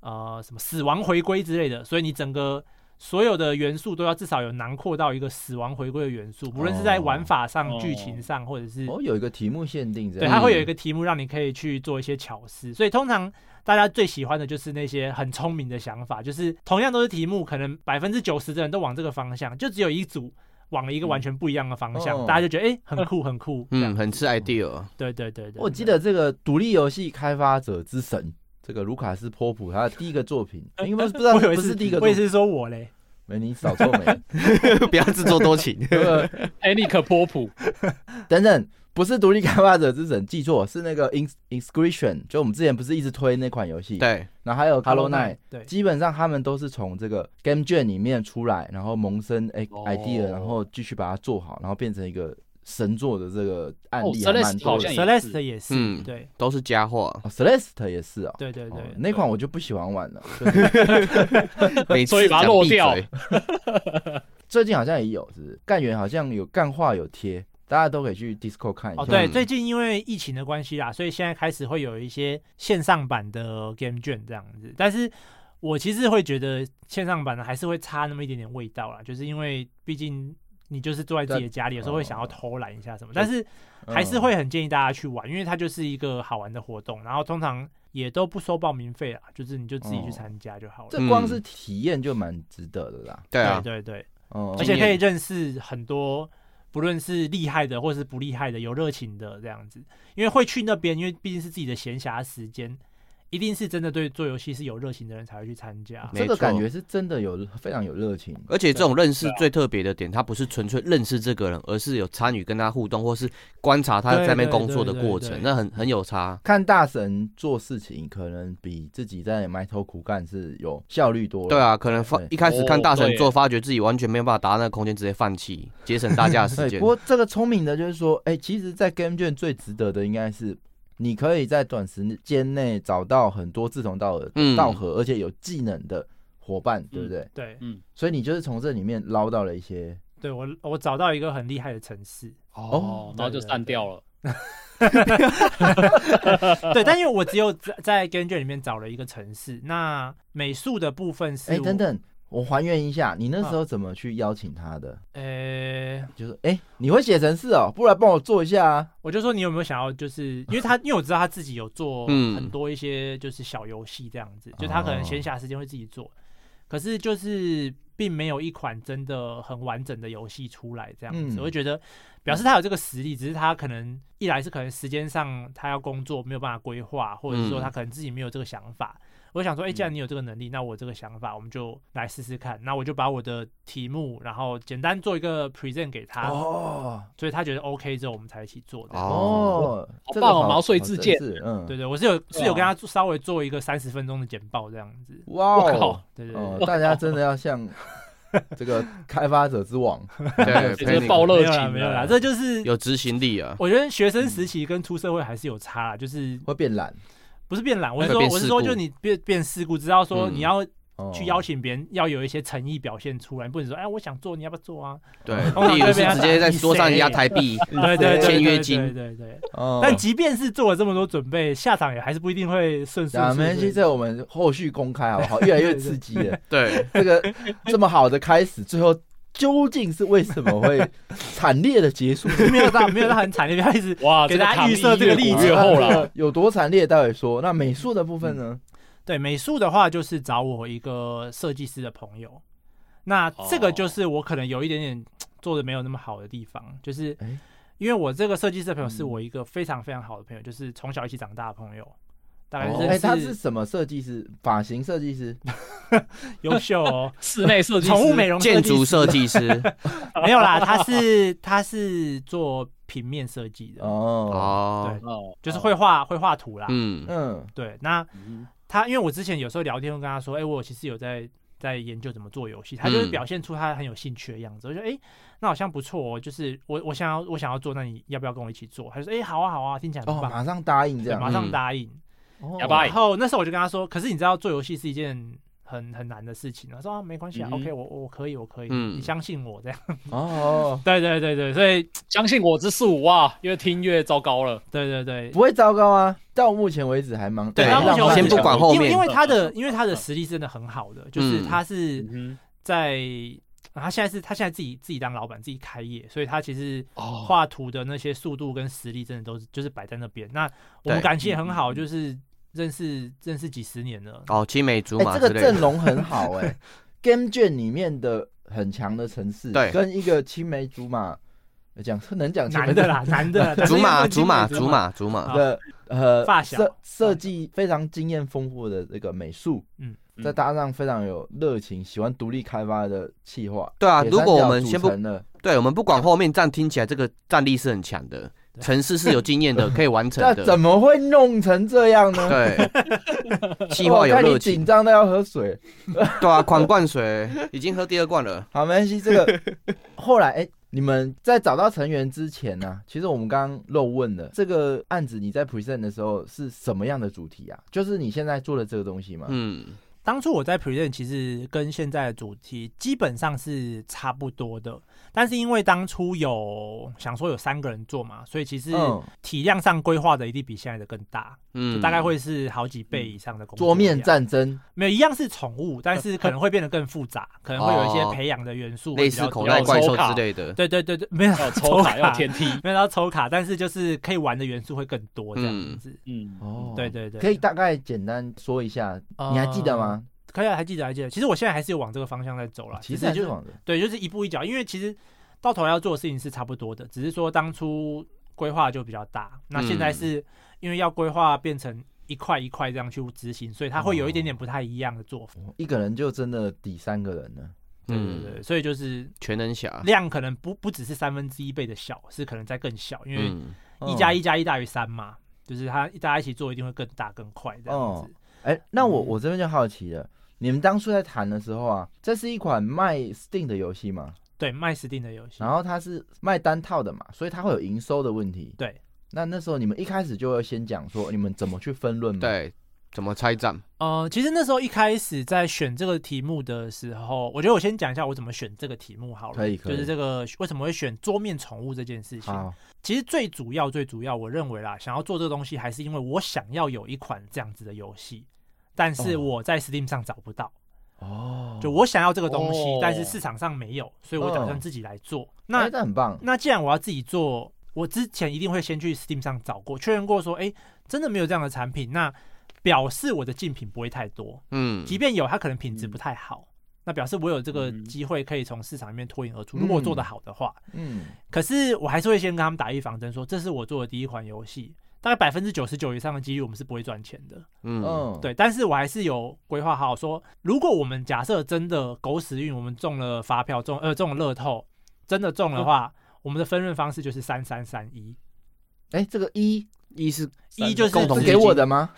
呃什么死亡回归之类的，所以你整个所有的元素都要至少有囊括到一个死亡回归的元素，无论是在玩法上、
哦
剧情上，或者是
哦，有一个题目限定这
对，
样。
它会有一个题目让你可以去做一些巧思，所以通常大家最喜欢的就是那些很聪明的想法，就是同样都是题目，可能百分之九十的人都往这个方向，就只有一组往了一个
嗯
完全不一样的方向，
哦
大家就觉得哎、诶很酷很酷，这样
嗯，很吃 idea，
对对对对，
我记得这个独立游戏开发者之神，这个卢卡斯·波普，他的第一个
*laughs*
作品，应该不是不知道
我以为
不是第一个
我
作
也
品，
是说我嘞，
没你
*laughs*
少臭美。
*laughs* 不要自作多情。
*laughs* 这个
Anik 波普，
等等，不是独立开发者之神，记错是那个 In Inscription，就我们之前不是一直推那款游戏，，
对，
然后还有 Hello
Hollow
Night，
Knight，对，
基本上他们都是从这个 Game 卷里面出来，然后萌生哎
哦
idea，、然后继续把它做好，然后变成一个神作的这个案例
哦
还蛮
Celeste
多
好
的。
像也
Celeste
是
也是，
嗯
对
都是佳
*laughs*
话，
哦 Celeste 也是哦，
对对对
哦，那款我就不喜欢玩了。
每次
所以把它
讲
漏
闭
掉
嘴
最近好像也有，是不是？干员好像有干话有贴，大家都可以去 Discord 看一下。
哦，对，
嗯
最近因为疫情的关系啦，所以现在开始会有一些线上版的 game 卷这样子。但是我其实会觉得线上版的还是会差那么一点点味道啦，就是因为毕竟你就是坐在自己的家里，有时候会想要偷懒一下什么，但是
嗯
还是会很建议大家去玩，因为它就是一个好玩的活动，然后通常也都不收报名费啦，就是你就自己去
哦
参加就好了。
这光是体验就蛮值得的啦。
对啊，
对对对，
哦、
而且可以认识很多，不论是厉害的或是不厉害的，有热情的这样子。因为会去那边，因为毕竟是自己的闲暇时间，一定是真的对做游戏是有热情的人才会去参加。
没
嗯这个
错
感觉是真的有非常有热情。
而且这种认识最特别的点，他不是纯粹认识这个人，而是有参与跟他互动，或是观察他在那边工作的过
对对对对
程，
对
那很很有差。
看大神做事情，可能比自己在埋头苦干是有效率多了。
对，啊，可能发
对
一开始看大
哦
神
对
做，发觉自己完全没有办法达到那个空间，直接放弃，节省大家的时
*laughs* 对。
间
不。过这个聪明的就是说，哎、其实，在 Game 卷最值得的应该是，你可以在短时间内找到很多志同道合、
嗯
道合，而且有技能的伙伴，对不对？
对，
所以你就是从这里面捞到了一些
对我我找到一个很厉害的城市，
哦，然后就
对对
散掉了。
对，但因为我只有在在 Game 卷里面找了一个城市，那美术的部分是
哎、
我
等，等，我还原一下，你那时候怎么去邀请他的？
呃，
就是哎、你会写程式哦，不然帮我做一下啊。
我就说你有没有想要，就是因为他，因为我知道他自己有做
嗯
很多一些就是小游戏这样子，就他可能闲暇时间会自己做，可是就是并没有一款真的很完整的游戏出来这样子，
嗯
我会觉得表示他有这个实力，只是他可能一来是可能时间上他要工作没有办法规划，或者是说
嗯
他可能自己没有这个想法。我想说，哎、既然你有这个能力，那我这个想法，我们就来试试看。那我就把我的题目，然后简单做一个 present 给他，
哦
所以他觉得 OK 之后，我们才一起做的。
哦，
好
这个
棒哦
好
毛遂自荐
好真是嗯，
对对，我是有
对啊
是有跟他做稍微做一个三十分钟的简报这样子。
哇
我
哦
靠，
对对
哦
对，，
大家真的要向这个开发者之网，
对，
这
陪
个
你
爆
没
热
有啦
情
没有啦，这就是
有执行力
*laughs*
啊，
我觉得学生时期跟出社会还是有差啦，就是
会变懒。
不是变懒，我是
会
说
变
我是
世
说
故
就你变变世故，知道说
嗯
你要
哦
去邀请别人要有一些诚意表现出来，不能说哎我想做你要不要做啊？
对，
通常
例如
会
是
被他
直接在桌上压台币，
对对对
签约
对
金
对对对。
哦
但即便是做了这么多准备，下场也还是不一定会顺顺
啊，没
顺
关系，
顺。
这我们后续公开好不好？越来越刺激了。
对，
这个这么好的开始，最后究竟是为什么会惨烈的结束？
没有到没有到很惨烈，不要一直
哇，
给
这个
大家
抗
预
议
设这个
越
立
鼓
场
越厚啦。，
*laughs*
了， *laughs* 有多惨烈？待会说。那美术的部分
嗯
呢？
对美术的话，就是找我一个设计师的朋友。那这个就是我可能有一点点做的没有那么好的地方，就是
哎
因为我这个设计师的朋友是我一个非常非常好的朋友，就是从小一起长大的朋友，大概
哦
认
哎，
识、
他是什么设计师？发型设计师？
嗯优秀哦
室内设计师
宠物美容
建筑设
计
计师
师没有啦，他是他是做平面设计的，
哦，
哦
对，
哦，
就是绘画绘画图啦。
嗯，
嗯，
对，那
嗯
他因为我之前有时候聊天会跟他说，哎、我其实有在在研究怎么做游戏，他就会
嗯
表现出他很有兴趣的样子。我就说，哎、那好像不错哦，就是我我想要我想要做，那你要不要跟我一起做？他就说，哎、好啊好啊，听起来很
哦，
棒，
马上答应这
对，
样
马。上
嗯
答应。
哦
哑巴
然后那时候我就跟他说，可是你知道做游戏是一件。很很难的事情，他说啊没关系啊、
嗯哼
o k 我我可以我可以，
嗯
你相信我这样， *laughs*
哦，
对对对对，所以
相信我之数哇，越听越糟糕了。
对对对
不，会糟糕啊。到目前为止还蛮
对
还
到目前为止
浪漫
先不管后
因为
面
因为他的因为他的实力真的很好的，就是
嗯
他是
嗯
在、啊他现在是他现在自己自己当老板自己开业，所以他其实
哼，哦，
画图的那些速度跟实力真的都是就是摆在那边。那我们
对
感情也很好，
嗯嗯
就是认识认识几十年了。
哦，青梅竹
哎、
马之
这个
类
阵
的，
容很好哎、Game 卷里面的很强的城市，
对
跟一个青梅竹马，呃讲能讲青梅
男的啦，男的啦，
竹马竹
但是因为
马
青梅
竹马竹马，
的呃
啊发小
设设计非常经验丰富的这个美术，
嗯，
再搭上非常有热情、喜欢独立开发的企划。
对啊，
铁
如
三
果我
角
们
组
先不
成了，
对，我们不管后面，这样听起来这个战力是很强的，
对
城市是有经验的，可以完成
那
的
怎。么会弄成这样呢？
对，计划
哇哦我
有
看你
热
紧
情，
张到要喝水。
*laughs* 对啊，狂灌水，已经喝第二罐了。
好，没关系。
*laughs*
这个后来，哎、你们在找到成员之前呢、其实我们刚刚漏问了，这个案子你在 present 的时候是什么样的主题啊？就是你现在做的这个东西吗？
嗯，
当初我在 present 其实跟现在的主题基本上是差不多的，但是因为当初有想说有三个人做嘛，所以其实
嗯
体量上规划的一定比现在的更大，就
嗯，
大概会是好几倍以上的工作
桌面
量
战争，
没有一样是宠物，但是可能会变得更
*laughs*
复杂，可能会有一些培养的元素，
呃哦类似
会比较
口哦
多
袋怪
要抽
兽
卡
之类的。
对对对对，没有
要
*laughs* 到
抽卡要
卡，
天梯，
没有到抽卡，但是就是可以玩的元素会更多这样子。
嗯，
哦
对对对，
可以大概简单说一下，
呃
你还记得吗？哦
可以啊，还记得还记得。其实我现在还是有往这个方向在走了，
其
只哦是
实还是
就
网的，
对，就是一步一脚，因为其实到头来要做的事情是差不多的，只是说当初规划就比较大，那现在
嗯
是因为要规划变成一块一块这样去执行，所以它会有一点点不太一样的做法。
一个人就真的抵三个人了。
对对对，
嗯，
所以就是
全能侠。
量可能不不只是三分之一倍的小，是可能在更小，因为
嗯，
嗯
一加一，加一大于三嘛，就是它大家一起做一定会更大更快这样子。
哎、那我
嗯
我这边就好奇了，你们当初在谈的时候啊，这是一款卖 Steam 的游戏嘛，
对，卖 Steam 的游戏
然，后它是卖单套的嘛，所以它会有营收的问题。
对，
那那时候你们一开始就要先讲说你们怎么去分论嘛？，
对，怎么拆战？
呃，其实那时候一开始在选这个题目的时候，我觉得我先讲一下我怎么选这个题目好了。
可以可以嗯
就是这个为什么会选桌面宠物这件事情。
好，
其实最主要、最主要，我认为啦，想要做这个东西，还是因为我想要有一款这样子的游戏，但是
哦
我在 Steam 上找不到。
哦，
就我想要这个东西，
哦
但是市场上没有，所以我打算自己来做。那、
哎，那很棒，
那既然我要自己做，我之前一定会先去 Steam 上找过，确认过说，哎、真的没有这样的产品，那表示我的竞品不会太多，
嗯，
即便有，它可能品质不太好，那表示我有这个
嗯
机会可以从市场里面脱颖而出。如果我做得好的话，
嗯，
可是我还是会先跟他们打预防针，说这是我做的第一款游戏。大概百分之九十九以上的几率，我们是不会赚钱的。
嗯
嗯，
对，但是我还是有规划好说，如果我们假设真的狗屎运，我们中了发票，中呃中了乐透，真的中的
嗯
话，我们的分润方式就是三三三一，
哎，这个一
一是
一就是
共同
是
自己
给我的吗？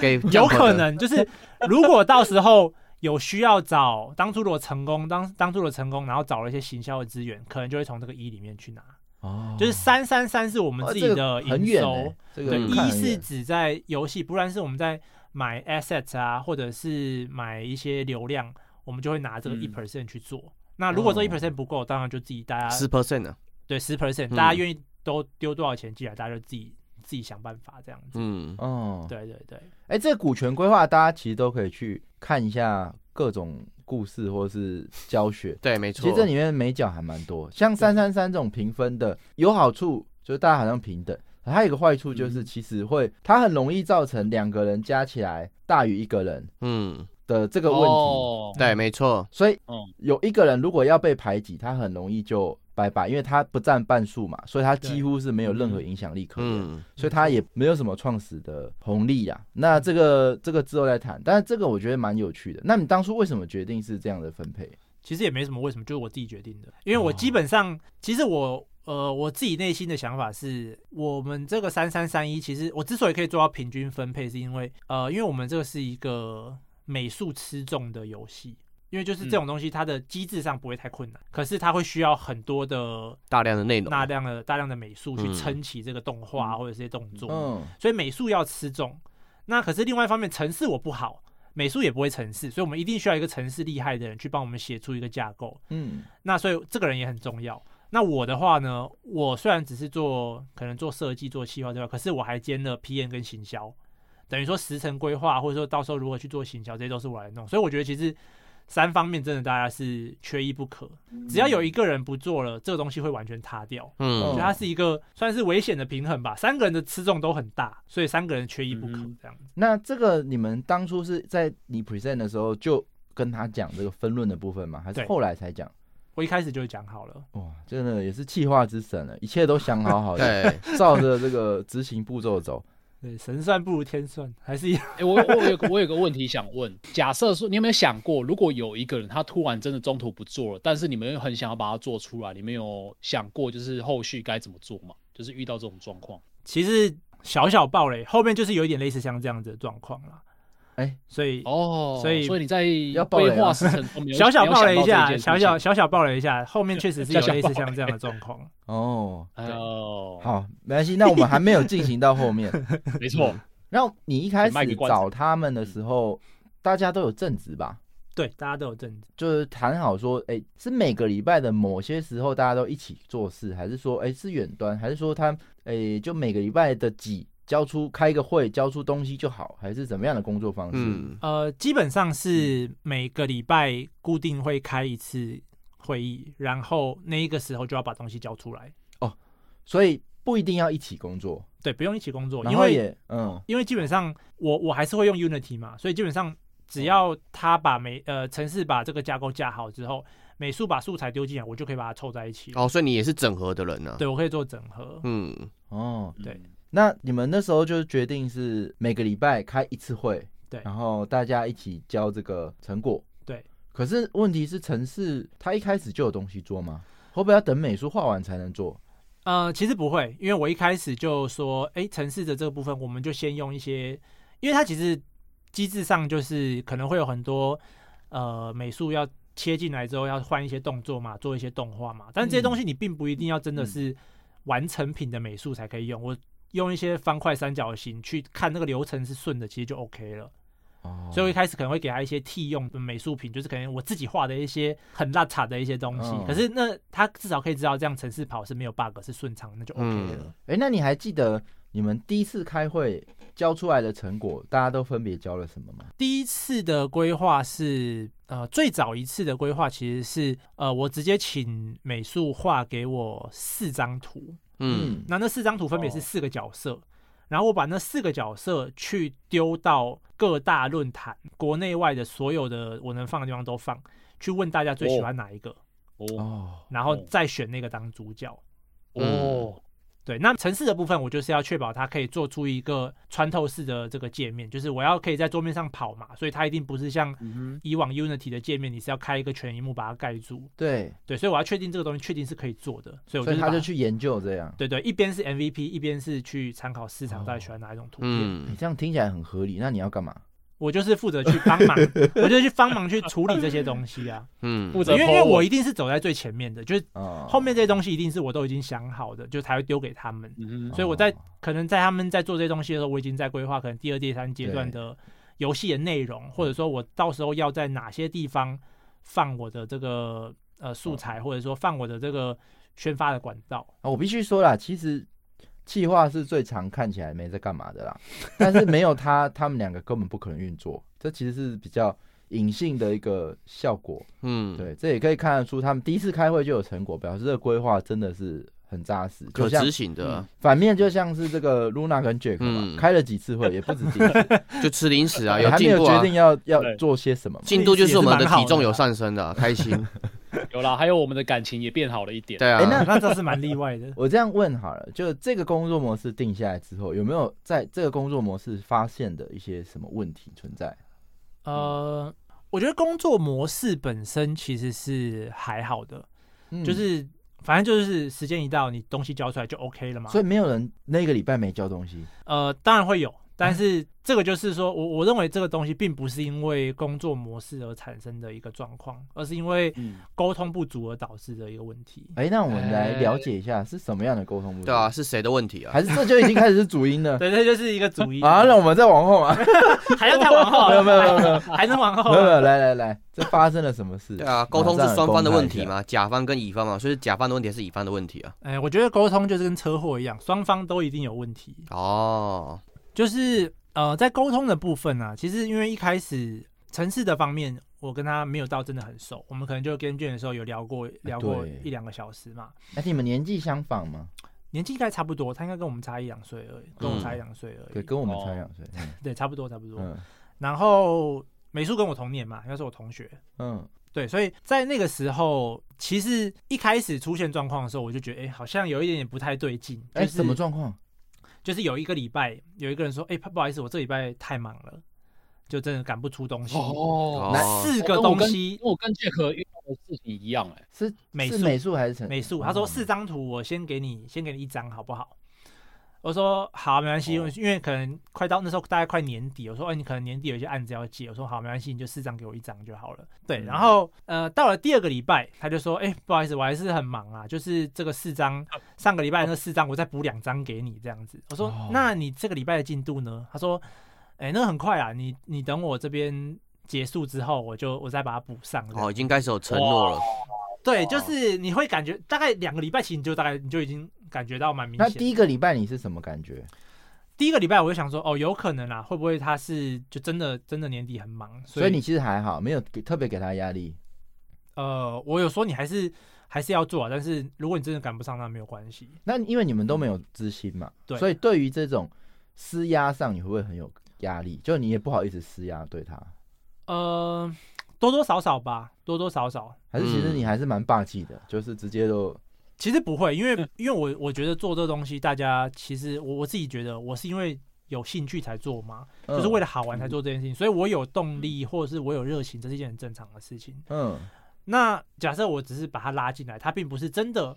给
*laughs* 有
Jump
可
的
能就是如果到时候有需要找当初如果成功，当当初的成功，然后找了一些行销的资源，可能就会从这个一里面去拿。
哦
就是三三三是我们
哦
自己
这个
的
很
营
远
收，
欸，这个
对，
嗯
看
一
很
是
远
指在游戏，不然是我们在买 assets 啊，或者是买一些流量，我们就会拿这个
嗯
一 percent 去做。那如果这一
哦
percent 不够，当然就自己大家
十 percent 啊呢？
对十 percent，
嗯
大家愿意都丢多少钱进来，大家就自己自己想办法这样子。
嗯，
哦，
对对对，
哎，这个股权规划大家其实都可以去看一下各种故事或是教学，
对，没
其
错
实。这里面美角还蛮多，像三三三这种评分的有好处，就是大家好像平等。还有一个坏处
嗯
就是，其实会它很容易造成两个人加起来大于一个人
嗯，
的这
的
个问题，
哦
对，没错。
所以
嗯
有一个人如果要被排挤，他很容易就拜拜，因为他不占半数嘛，所以他几乎是没有任何影响力可言。
嗯，
所以啊他也没有什么创始的红利啊。那这个这个之后再谈，但是这个我觉得蛮有趣的。那你当初为什么决定是这样的分配？
其实也没什么为什么，就是我自己决定的，因为我基本上，其实我呃我自己内心的想法是，我们这个三三三一，其实我之所以可以做到平均分配，是因为呃，因为我们这个是一个美术吃重的游戏。因为就是这种东西，它的机制上不会太困难，可是它会需要很多的
大量的内容。
大量的大量的美术去
嗯
撑起这个动画或者这些动作。
嗯，
所以美术要吃重。那可是另外一方面，城市我不好，美术也不会城市，所以我们一定需要一个城市厉害的人去帮我们写出一个架构。
嗯，
那所以这个人也很重要。那我的话呢，我虽然只是做可能做设计、做企划这块，可是我还兼了 PM 跟行销，等于说时程规划，或者说到时候如何去做行销，这些都是我来弄。所以我觉得其实三方面真的大家是缺一不可，只要有一个人不做了，这个东西会完全塌掉。我觉
嗯
得它是一个算是危险的平衡吧。三个人的吃重都很大，所以三个人缺一不可
嗯
这样子。
那这个你们当初是在你 present 的时候就跟他讲这个分论的部分吗？还是
对
后来才讲？
我一开始就讲好了，
哇，真的也是气化之神了，一切都想好好的，
对，
照着这个执行步骤走。
对，神算不如天算，还是一样。
哎、我我有个我有个问题想问，假设说你有没有想过，如果有一个人他突然真的中途不做了，但是你们又很想要把它做出来，你们有想过就是后续该怎么做吗？就是遇到这种状况，
其实小小暴雷，后面就是有一点类似像这样子的状况啦。
哎
所以
哦，
所以
所以你在
要爆雷
规
啊
划时程中没有
*laughs* 小小暴
没
雷一
有想到
下，
这件事
小
情
小小小暴雷一下，后面确实是有
小小
类似
暴
像
雷
这样的状
*laughs*
况。
哦，
哎呦，
好，没关系，那我们还没有进行到后面。
没错，
然后你一开
卖个
始
关子
找他们的时候，大家都有正职吧？
对，大家都有政治。
就是谈好说，哎、是每个礼拜的某些时候大家都一起做事，还是说，哎、是远端，还是说他，哎、就每个礼拜的几交出开个会，交出东西就好，还是怎么样的工作方式？
嗯
呃，基本上是每个礼拜固定会开一次会议，然后那一个时候就要把东西交出来。
所以不一定要一起工作，
对，不用一起工作，
然
哦因
后
为
也，嗯，
因为基本上我我还是会用 Unity 嘛，所以基本上只要他把美呃城市把这个架构架好之后，美术把素材丢进来，我就可以把它凑在一起。
哦，所以你也是整合的人呢。啊
对，我可以做整合。
嗯，
哦，
对
那你们那时候就决定是每个礼拜开一次会，
对
然后大家一起交这个成果，
对。
可是问题是，城市它一开始就有东西做吗？会不会要等美术画完才能做？
呃，其实不会，因为我一开始就说，哎、城市的这个部分，我们就先用一些，因为它其实机制上就是可能会有很多呃美术要切进来之后要换一些动作嘛，做一些动画嘛，但这些东西你并不一定要真的是完成品的美术才可以用。我用一些方块、三角形去看那个流程是顺的，其实就 OK 了。
哦
所以我一开始可能会给他一些替用的美术品，就是可能我自己画的一些很邋遢的一些东西。
嗯
可是那他至少可以知道这样城市跑是没有 bug，是顺畅，那就 OK 了。
嗯
哎、那你还记得你们第一次开会交出来的成果，大家都分别交了什么吗？
第一次的规划是，呃，最早一次的规划其实是，呃，我直接请美术画给我四张图，
嗯，
那那四张图分别是四个角色，然后我把那四个角色去丢到各大论坛，国内外的所有的我能放的地方都放，去问大家最喜欢哪一个，
哦
哦，
然后
哦
再选那个当主角。
哦，
对，那城市的部分，我就是要确保它可以做出一个穿透式的这个界面，就是我要可以在桌面上跑嘛，所以它一定不是像
嗯
以往 Unity 的界面，你是要开一个全荧幕把它盖住。
对，
对，所以我要确定这个东西确定是可以做的，所以我
所以
是
他
把
就去研究这样。
对对，一边是 MVP，一边是去参考市场到底喜欢哪一种图片。
你
嗯，
这样听起来很合理，那你要干嘛？
我就是负责去帮忙，
嗯
我就去帮忙去处理这些东西
*laughs*
啊。
嗯，
负责
因为因为
po
我一定是走在最前面的，就是
哦，
后面这些东西一定是我都已经想好的，就才会丢给他们。
嗯
所以我在
哦
可能在他们在做这些东西的时候，我已经在规划可能第二、第三阶段的游戏的内容，或者说我到时候要在哪些地方放我的这个呃素
哦
材，或者说放我的这个宣发的管道。
啊，我必须说啦，其实企划是最常看起来没在干嘛
*laughs*
的啦，但是没有他，他们两个根本不可能运作，这其实是比较隐性的一个效果。
嗯，
对，这也可以看得出他们第一次开会就有成果，表示这个规划真的是很扎实，
可
就像
执行的，啊
反面就像是这个 Luna 跟 Jack 嘛，
嗯
开了几次会也不止几
*laughs*
次，
就吃零食啊，
也
有
嗯哎还没
进
有
步
决
啊，
定要要
对
做些什么嘛。
进度就是我们的
也是蛮好的
体重有上升的啊，开心，
有啦，还有我们的感情也变好了一点。
对
哎那。
啊，
那这是蛮例外的
*laughs* 我这样问好了，就这个工作模式定下来之后，有没有在这个工作模式发现的一些什么问题存在？
呃，我觉得工作模式本身其实是还好的，
嗯
就是反正就是时间一到，你东西交出来就 OK 了嘛。
所以没有人那个礼拜没交东西。
呃，当然会有，
嗯
但是这个就是说我我认为这个东西并不是因为工作模式而产生的一个状况，而是因为
嗯，
沟通不足而导致的一个问题。
哎、那我们来了解一下是什么样的沟通不足
对啊，，是谁的问题啊？
还是这就已经开始是主因了？
*laughs* 对，这就是一个主因
嗯啊，那我们再往后啊，
*laughs* 还要再往后，啊
没有没有没有没有
还能往后 *laughs*
没有没
啊。
有，来来来，这发生了什么事？
对啊，沟通是双方的问题
马上来
嘛，
公开一下？
甲方跟乙方嘛，所以甲方的问题还是乙方的问题啊。
哎，我觉得沟通就是跟车祸一样，双方都一定有问题。
哦，
就是呃，在沟通的部分呢、啊，其实因为一开始城市的方面，我跟他没有到真的很熟，我们可能就跟卷的时候有聊过聊过
啊对
一两个小时嘛，
而且你们年纪相仿吗？
年纪应该差不多，他应该跟我们差一两岁而已，跟我
嗯
差一两岁而已，
对，跟我们
哦
差两岁。嗯
对，差不多差不多。
嗯
然后美术跟我同年嘛，应该是我同学，
嗯，
对，所以在那个时候，其实一开始出现状况的时候，我就觉得，哎、好像有一点点不太对劲。
哎、
就是
什么状况？
就是有一个礼拜，有一个人说，哎、不好意思，我这礼拜太忙了，就真的赶不出东西。
哦，
那四个
跟我
东
跟
西，
我跟 Jack 遇到的事情一样，哎，
是
美
是
术
美术还是成哦
美术，他说四张图，我先给你，先给你一张好不好？我说好，没关系，因为因为可能快到那时候大概快年底，我说，哎、你可能年底有一些案子要接，我说好，没关系，你就四张给我一张就好了。对，然后呃，到了第二个礼拜，他就说，哎、不好意思，我还是很忙啊，就是这个四张，上个礼拜那四张，我再补两张给你这样子。我说，那你这个礼拜的进度呢？他说，哎、那很快啊，你你等我这边结束之后，我就我再把它补上。这样
哦，已经开始有承诺了。
对，就是你会感觉大概两个礼拜，其实你就大概你就已经感觉到蛮明
那
显。
第一个礼拜你是什么感觉？
第一个礼拜我就想说，哦，有可能啦，会不会他是就真的真的年底很忙，所
所以你其实还好，没有给特别给他压力。
呃，我有说你还是还是要做啊，但是如果你真的赶不上，那没有关系。
那因为你们都没有知心嘛，
对
所以对于这种施压上，你会不会很有压力？就你也不好意思施压对他，
呃，多多少少吧，多多少少。
还是其实
嗯
你还是蛮霸气的，就是直接都
其实不会，因为因为我我觉得做这东西，大家其实我我自己觉得我是因为有兴趣才做嘛，就是为
了
了好玩才做这件事情，所以我有动力或者是我有热情，这是一件很正常的事情。
嗯
那假设我只是把他拉进来，他并不是真的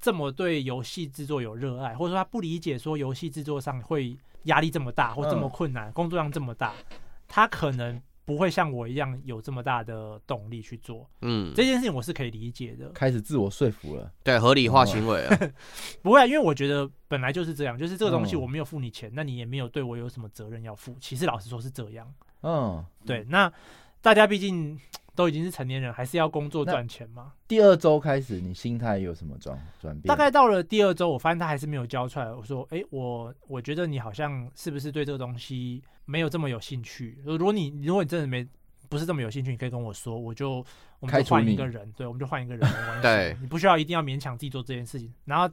这么对游戏制作有热爱，或者说他不理解说游
嗯
戏制作上会压力这么大或这么困难，工作量这么大，他可能不会像我一样有这么大的动力去做
嗯，
这件事情，我是可以理解的。
开始自我说服了。
对，合理化行为啊，
不会啊，因为我觉得本来就是这样，就是这个东西
嗯
我没有付你钱，那你也没有对我有什么责任要负。其实老实说是这样，
嗯，
对。那大家毕竟都已经是成年人，还是要工作
那
赚钱嘛。
第二周开始，你心态有什么转转变？
大概到了第二周，我发现他还是没有交出来。我说，哎，我我觉得你好像是不是对这个东西没有这么有兴趣？如果你如果你真的没不是这么有兴趣，你可以跟我说，我就我们
开
就
除
换一
你
个人，对，我们就换一个人，没关系
对
你不需要一定要勉强自己做这件事
嗯
情。然后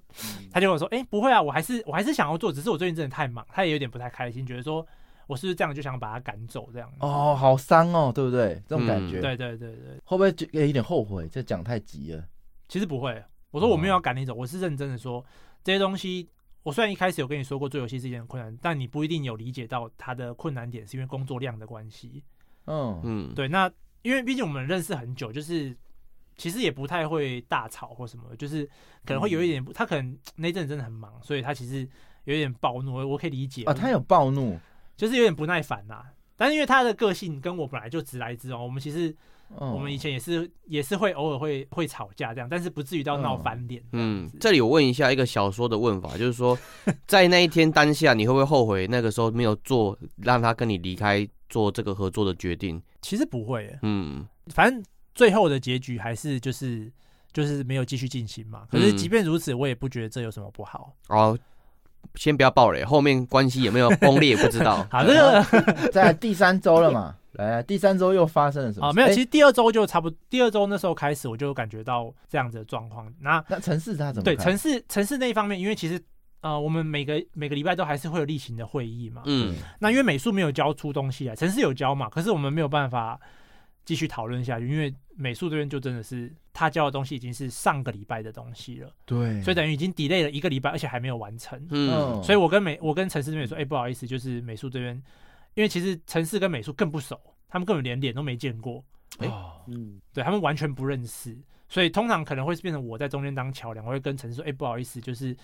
他就跟我说：“哎、不会啊，我还是我还是想要做，只是我最近真的太忙，他也有点不太开心，觉得说我是不是这样就想把他赶走这样。”，
哦，好伤哦，对不对？这种感觉，
嗯
对对对对，
会不会觉有点后悔？这讲太急了。
其实不会，我说我
哦
没有要赶你走，我是认真的说这些东西。我虽然一开始有跟你说过做游戏是一件很困难，但你不一定有理解到它的困难点是因为工作量的关系。
嗯，
嗯，
对，啊那因为毕竟我们认识很久，就是其实也不太会大吵或什么，就是可能会
嗯
有一点，他可能那阵子真的很忙，所以他其实有点暴怒，我我可以理解
啊，他有暴怒，
就是有点不耐烦啦、但是因为他的个性跟我本来就直来直往，我们其实
嗯
我们以前也是也是会偶尔会会吵架这样，但是不至于到闹翻脸。
嗯，
这
这里我问一下一个小说的问法，就是说，在那一天当下，你会不会后悔那个时候没有做让他跟你离开做这个合作的决定？
其实不会耶，
嗯
反正最后的结局还是就是就是没有继续进行嘛。可
嗯
是即便如此，我也不觉得这有什么不好。
哦，先不要爆雷，后面关系有没有崩裂不知道。
好，这
啊
个
在第三周
*laughs*
了嘛？来，第三周又发生了什么事？
啊没有，
哎
其实第二周就差不多，第二周那时候开始我就感觉到这样子的状况。那
那城市他怎么
对
看？
城市城市那一方面，因为其实呃我们每个每个礼拜都还是会有例行的会议嘛，
嗯，
那因为美术没有教出东西来，城市有教嘛，可是我们没有办法继续讨论下去，因为美术这边就真的是他教的东西已经是上个礼拜的东西了，
对，
所以等于已经 delay 了一个礼拜，而且还没有完成。
嗯
哦
所以我跟美我跟城市那边说，哎、不好意思，就是美术这边，因为其实城市跟美术更不熟，他们根本连脸都没见过，
哎
哦
嗯，
对他们完全不认识，所以通常可能会变成我在中间当桥梁，我会跟城市说，哎、不好意思，就是。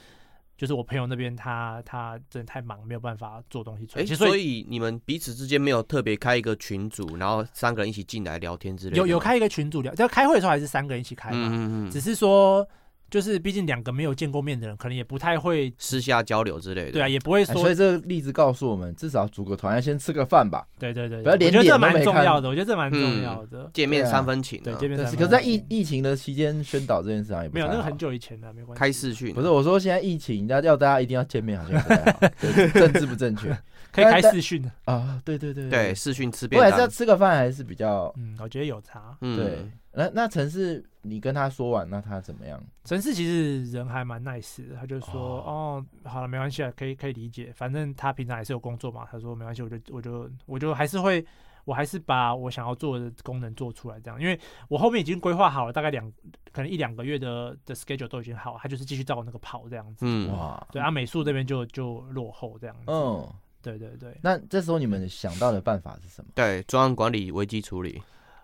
就是我朋友那边他，他真的太忙，没有办法做东西出来。
哎，
其实
所以你们彼此之间没有特别开一个群组，然后三个人一起进来聊天之类的吗。
有有开一个群组聊，就开会的时候还是三个人一起开嘛，
嗯，嗯嗯
只
嗯，
是说就是毕竟两个没有见过面的人，可能也不太会，
私下交流之类的。
对啊，也不会
哎
说，
所以这个例子告诉我们，至少组个团要先吃个饭吧。
对对对，
不要连
我觉得
脸
这
都
蛮
没
重
看
要的，我觉得这蛮重要的，
见面
对啊
三分情啊，
对，这边
但
三
是，
个
可
人
是在疫疫情的期间宣导这件事好像也不
没有
太
那个
好
很久以前了，没关系，
开视讯啊
*laughs* 不是我说现在疫情，大家要大家一定要见面，好像不太好，对政治不正
*laughs*
确
可以开视讯的，
啊。对对对
对，视讯吃
不过
便
还是要
当。
吃个饭还是比较
嗯，我觉得有差。
嗯
对。那那城市，你跟他说完，那他怎么样？
陈氏其实人还蛮 nice 的，他就说哦好了，没关系啊，可以可以理解，反正他平常也是有工作嘛。他说没关系，我就我就我就还是会，我还是把我想要做的功能做出来，这样，因为我后面已经规划好了，大概两可能一两个月的的 schedule 都已经好，他就是继续照那个跑这样子。
嗯，
哇，
对啊，美术这边就就落后这样子。
嗯，
对对对，
那这时候你们想到的办法是什么？
对，专案管理、危机处理，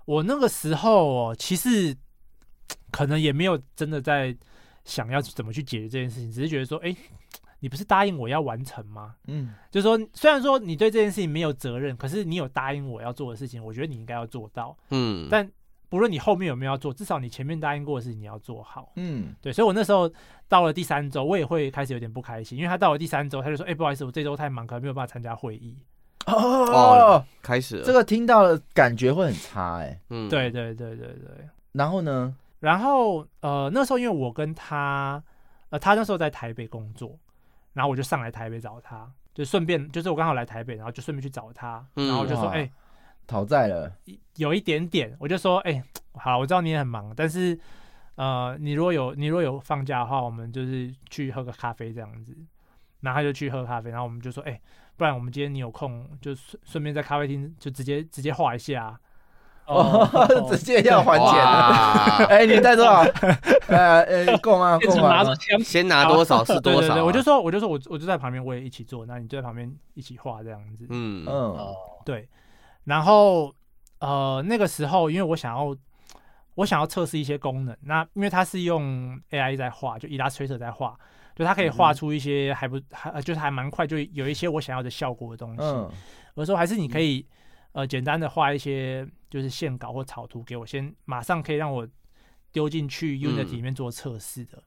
我那个时候哦，其实可能也没有真的在想要怎么去解决这件事情，只是觉得说，哎、你不是答应我要完成吗？
嗯，
就是说，虽然说你对这件事情没有责任，可是你有答应我要做的事情，我觉得你应该要做到。
嗯，
但不论你后面有没有要做，至少你前面答应过的事情你要做好。
嗯，
对，所以我那时候到了第三周，我也会开始有点不开心，因为他到了第三周，他就说：“哎、不好意思，我这周太忙，可能没有办法参加会议。
哦，
开始了
这个听到的感觉会很差哎、
嗯，
对对对对对。
然后呢，
然后呃，那时候因为我跟他，呃，他那时候在台北工作，然后我就上来台北找他，就顺便就是我刚好来台北，然后就顺便去找他，
嗯
然后我就说，
哇
哎、
讨债了，
有一点点，我就说，哎、好，我知道你也很忙，但是呃，你如果有你如果有放假的话，我们就是去喝个咖啡这样子。然后他就去喝咖啡，然后我们就说，哎、不然我们今天你有空，就顺顺便在咖啡厅就直接直接画一下、啊。
哦， *laughs* 直接要还钱了。
哇，
哎、你带多少？ *laughs* 呃呃，够吗？
变
够
成拿着
吗？
枪
*laughs* 先拿多少是
对
多
对
少啊，
对，我就说我就说我我就在旁边，我也一起做，那你就在旁边一起画这样子。
嗯
嗯，
哦，
对，然后呃那个时候，因为我想要我想要测试一些功能，那因为它是用 AI 在画，就 Illustrator 在画，就
嗯
它可以画出一些还不还呃就是还蛮快，就有一些我想要的效果的东西。
嗯，
我说还是你可以呃简单的画一些就是线稿或草图给我，先马上可以让我丢进
嗯
去 Unity 里面做测试的。
哦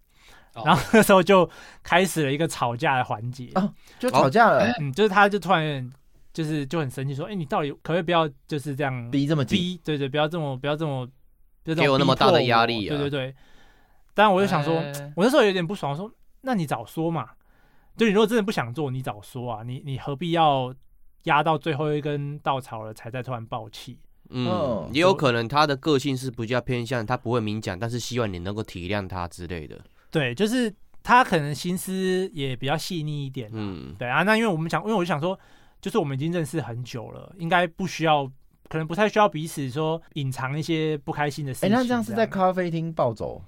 然后那时候就开始了一个吵架的环节，
啊就吵架了，
*laughs* 嗯，就是他就突然就是就很生气说，哎、你到底可不可以不要就是这样
逼这么紧，
逼，对对，不要这么不要这么，不要这
给我那
逼
么大
迫
的压
我
力啊
对对对，当然我就想说，
哎
我那时候有点不爽，我说那你早说嘛，就你如果真的不想做，你早说啊，你你何必要压到最后一根稻草了才再突然爆气？
嗯
哦，
也有可能他的个性是比较偏向他不会明讲，但是希望你能够体谅他之类的。
对，就是他可能心思也比较细腻一点，
嗯，
对啊，那因为我们想，因为我就想说，就是我们已经认识很久了，应该不需要，可能不太需要彼此说隐藏一些不开心的事
哎，
情。
那这样是在咖啡厅暴走，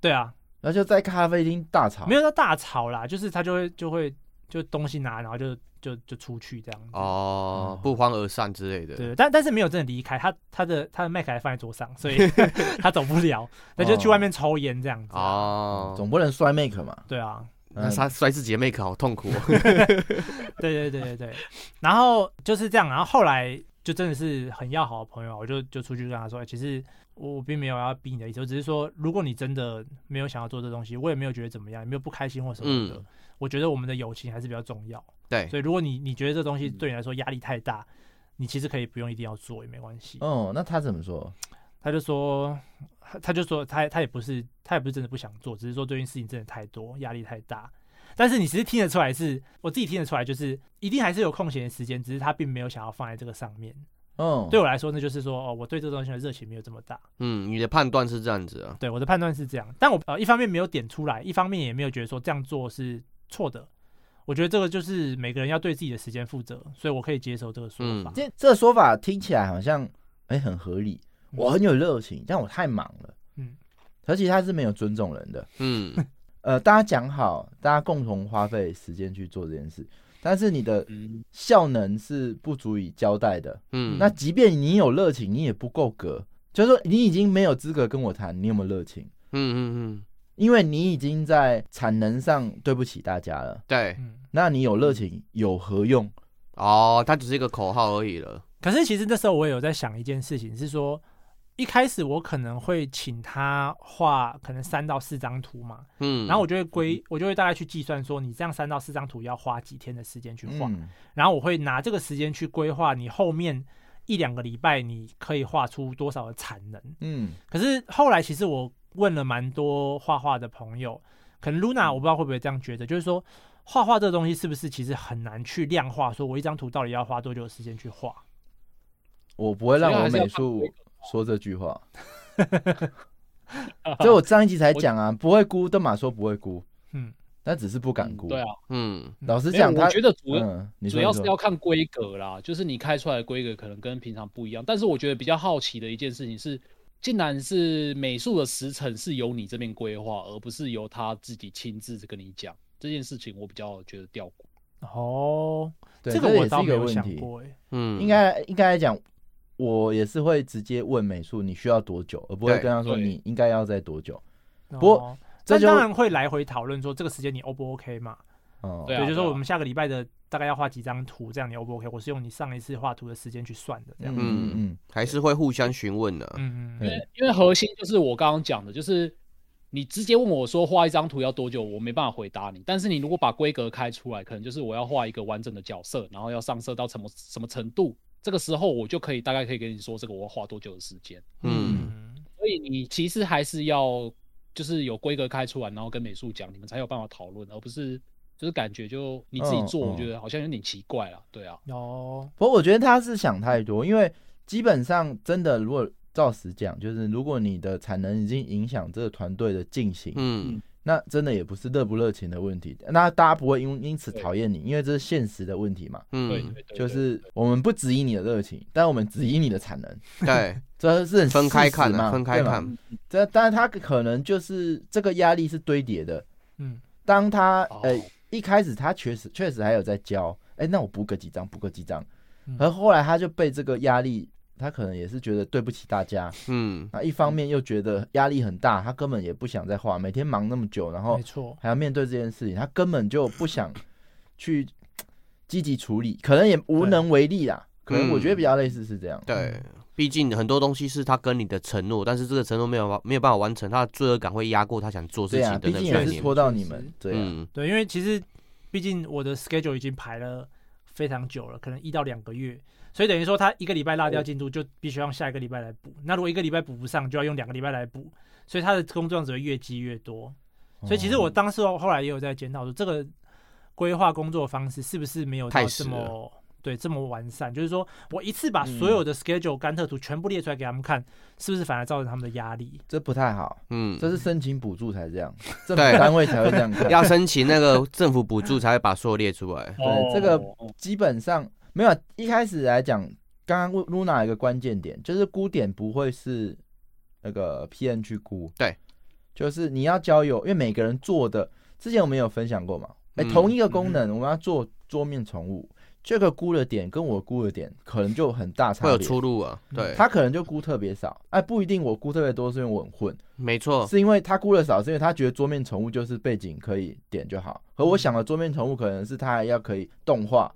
对啊，
然后就在咖啡厅大吵，
没
有
有到大吵啦，就是他就会就会就东西拿，然后就就就出去这样子。
哦，
嗯
不欢而散之类的。
对，但但是没有真的离开，他他的他的麦克还放在桌上，所以 *laughs* 他走
*laughs*
不了，那就去外面抽烟这样子啊。
哦，
总不能摔 make 嘛，
对啊，
那
嗯
他摔自己的妹可好痛苦哦。
*laughs*
对对对对对，然后就是这样，然后后来就真的是很要好的朋友，我就就出去跟他说，欸其实我并没有要逼你的意思，我只是说，如果你真的没有想要做这东西，我也没有觉得怎么样，也没有不开心或什么的，
嗯
我觉得我们的友情还是比较重要。
对，嗯
所以如果你你觉得这东西对你来说压力太大，你其实可以不用一定要做也没关系。
哦，那他怎么说？
他就说，他他就说他他也不是他也不是真的不想做，只是说最近事情真的太多，压力太大。但是你其实听得出来是，我自己听得出来，就是一定还是有空闲的时间，只是他并没有想要放在这个上面。
哦，
对我来说，那就是说，哦，我对这个东西的热情没有这么大。
嗯，你的判断是这样子啊。
对我的判断是这样，但我呃一方面没有点出来，一方面也没有觉得说这样做是错的。我觉得这个就是每个人要对自己的时间负责，所以我可以接受这个说
嗯
法。
这这个说法听起来好像哎、很合理，
嗯
我很有热情，但我太忙了，
嗯，
而且他是没有尊重人的。 *laughs*
嗯，
呃，大家讲好，大家共同花费时间去做这件事，但是你的
嗯，
效能是不足以交代的。
嗯，
那即便你有热情，你也不够格，就是说你已经没有资格跟我谈你有没有热情，
嗯嗯嗯，
因为你已经在产能上对不起大家了。
对，
嗯，
那你有热情有何用？
哦，他只是一个口号而已了。
可是其实那时候我也有在想一件事情，是说一开始我可能会请他画可能三到四张图嘛，
嗯，
然后我就会归，我就会大概去计算说你这样三到四张图要花几天的时间去画，
嗯，
然后我会拿这个时间去规划你后面一两个礼拜你可以画出多少的产能。
嗯
可是后来其实我问了蛮多画画的朋友，可能 Luna 我不知道会不会这样觉得，就是说画画这个东西是不是其实很难去量化，说我一张图到底要花多久的时间去画？
我不会让
所以
我
还是要
美术
看
说这句话。
*laughs*
所以我上一集才讲啊，不会估，邓马说不会估，
嗯，
但只是不敢估。
对啊，，
嗯
老实
没有
讲，他
我觉得主
嗯，你说
主要
你
是
说
要看规格啦，就是你开出来的规格可能跟平常不一样。但是我觉得比较好奇的一件事情是，竟然是美术的时程是由你这边规划，而不是由他自己亲自跟你讲这件事情，我比较觉得吊诡。
哦，
对
这个
也
我
是
倒
一
没
个
有
问
想
题。
过哎。
嗯，
应该应该来讲，我也是会直接问美术你需要多久，而不会
对
跟他说
对
你应该要在多久。
不
过这
但
就
当然会来回讨论说这个时间你 O 不 OK 嘛？
哦，
对啊
对，就是说我们下个礼拜的大概要画几张图，这样你 O 不 OK？我是用你上一次画图的时间去算的，这样。
嗯嗯嗯，
还是会互相询问的。
嗯
对
嗯，
因为核心就是我刚刚讲的，就是你直接问我说画一张图要多久，我没办法回答你。但是你如果把规格开出来，可能就是我要画一个完整的角色，然后要上色到什么什么程度，这个时候我就可以大概可以跟你说这个我要花多久的时间。
嗯，
所以你其实还是要就是有规格开出来，然后跟美术讲，你们才有办法讨论，而不是就是感觉就你自己做，
嗯嗯
我觉得好像有点奇怪啦。对啊，
哦，
不过我觉得他是想太多，因为基本上真的，如果照实讲，就是如果你的产能已经影响这个团队的进行，
嗯
那真的也不是热不热情的问题，那大家不会因因此
对
讨厌你，因为这是现实的问题嘛。
对
嗯，
对对，
就是我们不质疑你的热情，但我们质疑你的产能，
对，
这是很
分开
*laughs* 事实
看
嘛，
啊，分开
对嘛。
看。
这但是他可能就是这个压力是堆叠的。
嗯，
当他
哦
呃一开始他确实确实还有在教，哎，那我补个几张，补个几张，
嗯
而后来他就被这个压力，他可能也是觉得对不起大家，
嗯，
那一方面又觉得压力很大，他根本也不想再画，每天忙那么久，然后
没错，
还要面对这件事情，他根本就不想去积极处理，可能也无能为力啦。可能我觉得比较类似是这样。
对，毕竟很多东西是他跟你的承诺，但是这个承诺没有完没有办法完成，他的罪恶感会压过他想做事
对啊，
情的
毕
那个
竟也
概
是
念。
拖到你们，对啊，
嗯，
对，因为其实毕竟我的 schedule 已经排了非常久了，可能一到两个月，所以等于说他一个礼拜落掉进度，就必须用下一个礼拜来补。那如果一个礼拜补不上，就要用两个礼拜来补，所以他的工作量只会越积越多。所以其实我当时后来也有在检讨说，这个规划工作方式是不是没有
太
到
死
这么对这么完善？就是说我一次把所有的 schedule 甘特图全部列出来给他们看，是不是反而造成他们的压力？
这不太好，
嗯，
这是申请补助才
*laughs*
这样，政府
对
单位才会这样 *laughs*
*laughs*
看。
要申请那个政府补助才会把所有列出来。
哦
这个基本上没有啊一开始来讲，刚刚 Luna 有一个关键点就是估点不会是那个 PN 去估，
对，
就是你要交友，因为每个人做的之前我们有分享过嘛，哎、
嗯
同一个功能我们要做桌面宠物，这个估的点跟我估的点可能就很大差
会有
别。嗯
出路啊，对，
他可能就估特别少，哎，不一定我估特别多是因为我很混，
没错，
是因为他估的少，是因为他觉得桌面宠物就是背景可以点就好，和我想的桌面宠物可能是它还要可以动画，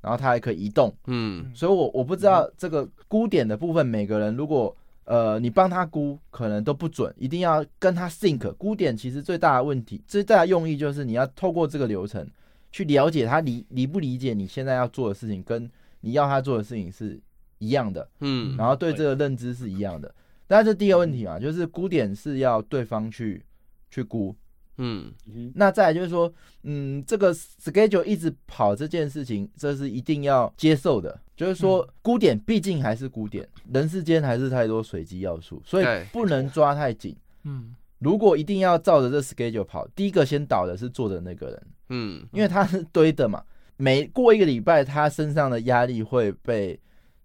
然后它还可以移动，
嗯，
所以我我不知道这个估点的部分，每个人如果呃你帮他估，可能都不准，一定要跟他 think 估点。其实最大的问题，最大的用意就是你要透过这个流程去了解他理理不理解你现在要做的事情，跟你要他做的事情是一样的。
嗯，
然后对这个认知是一样的。但是这第一个问题嘛，就是估点是要对方去去估。
嗯，
那再来就是说，嗯，这个 schedule 一直跑这件事情，这是一定要接受的。就是说，
嗯
估点毕竟还是估点，人世间还是太多随机要素，所以
对
不能抓太紧。
嗯，
如果一定要照着这 schedule 跑，第一个先倒的是做的那个人，
嗯，
因为他是堆的嘛。每过一个礼拜，他身上的压力会被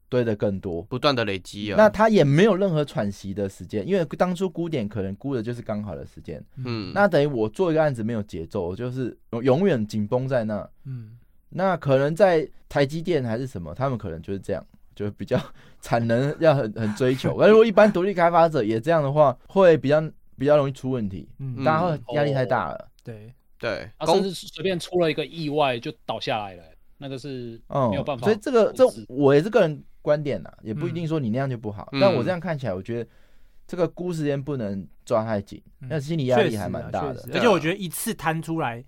堆的更多。
不断的累积啊，
那他也没有任何喘息的时间，因为当初估点可能估的就是刚好的时间。
嗯，
那等于我做一个案子没有节奏，我就是永远紧绷在那。
嗯，
那可能在台积电还是什么，他们可能就是这样，就是比较 *laughs* 产能要很很
*laughs*
追求。而如果一般独立开发者也这样的话，会比较比较容易出问题，
嗯
大家会压力太大了。
对，
对，
啊
他啊甚
公
至随便出了一个意外就倒下来了，那个是
嗯，
没有办法
所以
控制。
这个这我也是个人观点呐，也不一定说你那样就不好，
嗯
但我这样看起来，我觉得这个估时间不能抓太紧，
嗯
那心理压
确
力
实
还
啊
蛮大
确
的
实。
对
而且
啊
我觉得一次摊出来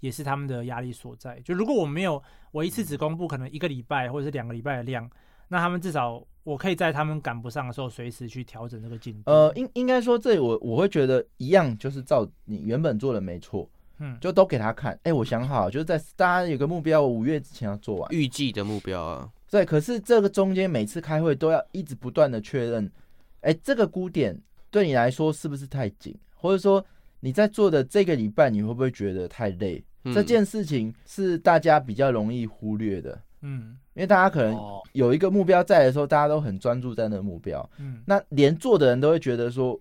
也是他们的压力所在。就如果我没有，我一次只公布可能一个礼拜或者是两个礼拜的量，那他们至少我可以在他们赶不上的时候随时去调整这个进度。
呃，，应应该说这我我会觉得一样，就是照你原本做的没错，
嗯，
就都给他看。哎、我想好，就是在大家有个目标，我五月之前要做完。
预计的目标啊，
对，可是这个中间每次开会都要一直不断的确认，哎、这个估点对你来说是不是太紧，或者说你在做的这个礼拜你会不会觉得太累？
嗯
这件事情是大家比较容易忽略的，
嗯
因为大家可能
哦，
有一个目标在的时候，大家都很专注在那个目标，
嗯，
那连做的人都会觉得说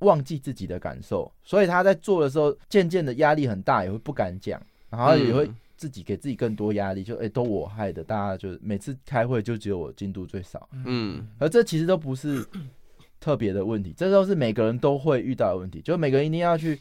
忘记自己的感受，所以他在做的时候渐渐的压力很大，也会不敢讲，然后也会
嗯
自己给自己更多压力，就哎、都我害的，大家就每次开会就只有我进度最少，
嗯
而这其实都不是特别的问题，这都是每个人都会遇到的问题，就每个人一定要去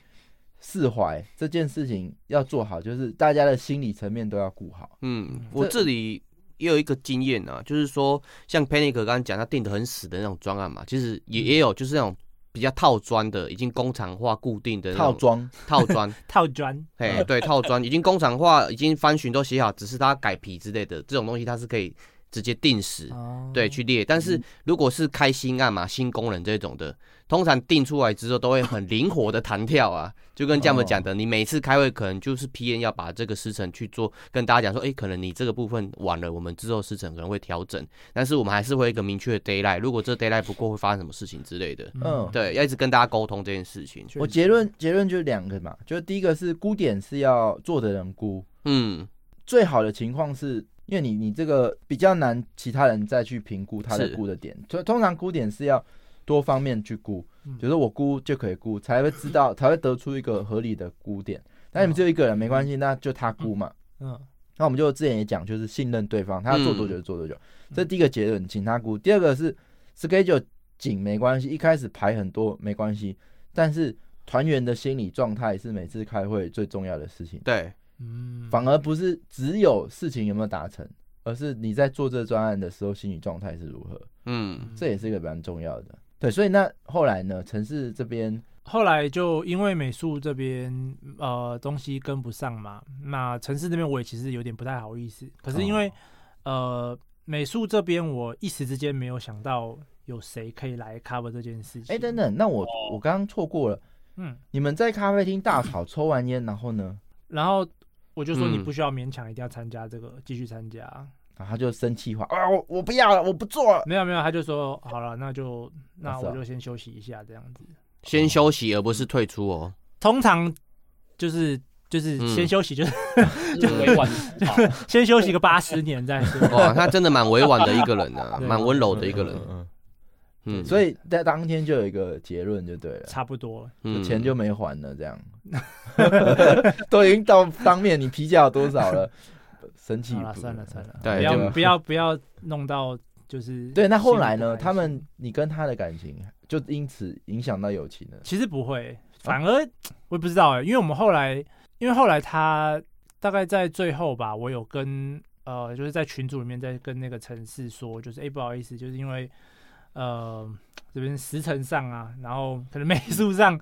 释怀这件事情要做好，就是大家的心理层面都要顾好。
嗯，我
这
这里也有一个经验啊，就是说像 Panic 刚刚讲，他定的很死的那种专案嘛，其实
嗯
也也有就是那种比较套砖的，已经工厂化固定的那
套
种
装，
套
*laughs*
砖，
套砖，
哎，对，套砖已经工厂化，已经翻寻都写好，只是它改皮之类的这种东西，它是可以直接定时。
哦
对，去列。但是如果是开啊新案嘛、新功能这种的，通常定出来之后都会很灵活的弹跳啊，就跟江们讲的，你每次开会可能就是 P N 要把这个时程去做，跟大家讲说，哎、可能你这个部分晚了，我们之后时程可能会调整，但是我们还是会有一个明确的 d a y l i g h t 如果这 d a y l i g h t 不过，会发生什么事情之类的。
嗯
对，要一直跟大家沟通这件事情。
确
我
实
结论结论就是两个嘛，就是第一个是估点是要做的人估，
嗯，
最好的情况是因为你你这个比较难，其他人再去评估他的
是
估的点，所以通常估点是要多方面去估，
嗯
比如说我估就可以估，才会知道才会得出一个合理的估点。那你们只有一个人没关系，那就他估嘛。
嗯
那我们就之前也讲，就是信任对方，他要做多久就做多久，这第一个结论，请他估。第二个是 schedule 紧没关系，一开始排很多没关系，但是团员的心理状态是每次开会最重要的事情，
对，
嗯，
反而不是只有事情有没有达成，而是你在做这专案的时候心理状态是如何，
嗯，
这也是一个蛮重要的。对，所以那后来呢，城市这边
后来就因为美术这边呃东西跟不上嘛，那城市这边我也其实有点不太好意思。可是因为、呃美术这边我一时之间没有想到有谁可以来 cover 这件事情。
哎、等，等，那我我刚刚错过了，
嗯，
你们在咖啡厅大吵，抽完烟，然后呢，
然后我就说你
嗯
不需要勉强一定要参加这个，继续参加。
然后他就生气话啊，我我不要了，我不做了。
没有没有，他就说好了，那就那
啊是啊
我就先休息一下这样子。
先休息而不是退出哦。
通常就是就是先
嗯
休息，就是 *laughs*
就是委婉的好，
先休息个八十年再说。
*laughs* 哇，他真的蛮委婉的一个人啊，
对
蛮温柔的一个人。
嗯
嗯，
啊所以在当天就有一个结论就对了，
差不多，
嗯
钱就没还
*laughs*
了，这样 *laughs* 都已经到当面，你啤酒有多少了？生气
好了，
不
算了算了，
对
不
就
要啊不要不要弄到就是
哎 *laughs* 对，那后来呢？
心里不开心
他们你跟他的感情就因此影响到友情了。
其实不会，反
啊
而我也不知道哎、因为我们后来，因为后来他大概在最后吧，我有跟呃，就是在群组里面在跟那个城市说，就是哎、不好意思，就是因为呃这边时程上啊，然后可能美 *laughs* 术上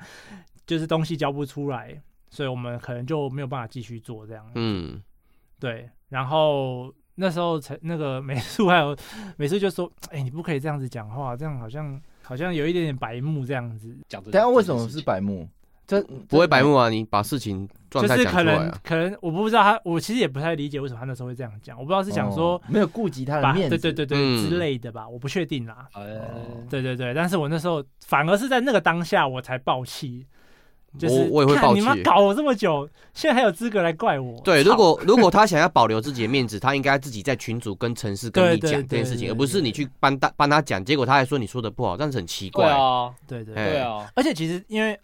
就是东西交不出来，所以我们可能就没有办法继续做这样。
嗯
对，然后那时候才那个美术还有美术就说：“哎、你不可以这样子讲话，这样好像好像有一点点白目这样子， *laughs*
讲这
但啊为什么是白目？这
不会白目啊，你把事情状
就
态
是
讲出
可
来
能
啊。
可能我不知道他，我其实也不太理解为什么他那时候会这样讲，我不知道是
是
想说
哦没有顾及他
把
的面
对
子，
对对对、
哦嗯
之类的吧，我不确定啦。
呃，
对对对，但是我那时候反而是在那个当下我才爆气，就是
我我也会
看
爆
你妈
气
搞我这么久，现在还有资格来怪我？
对，
操
如果如果他想要保留自己的面子，他应该自己在群主跟城市跟
对
你
对
讲这件事
对
情，
对
而不是你去帮他帮他讲，结果他还说你说的不好，这样子很奇
对
怪。
啊，
对对对
哎
对啊，
而且其实因为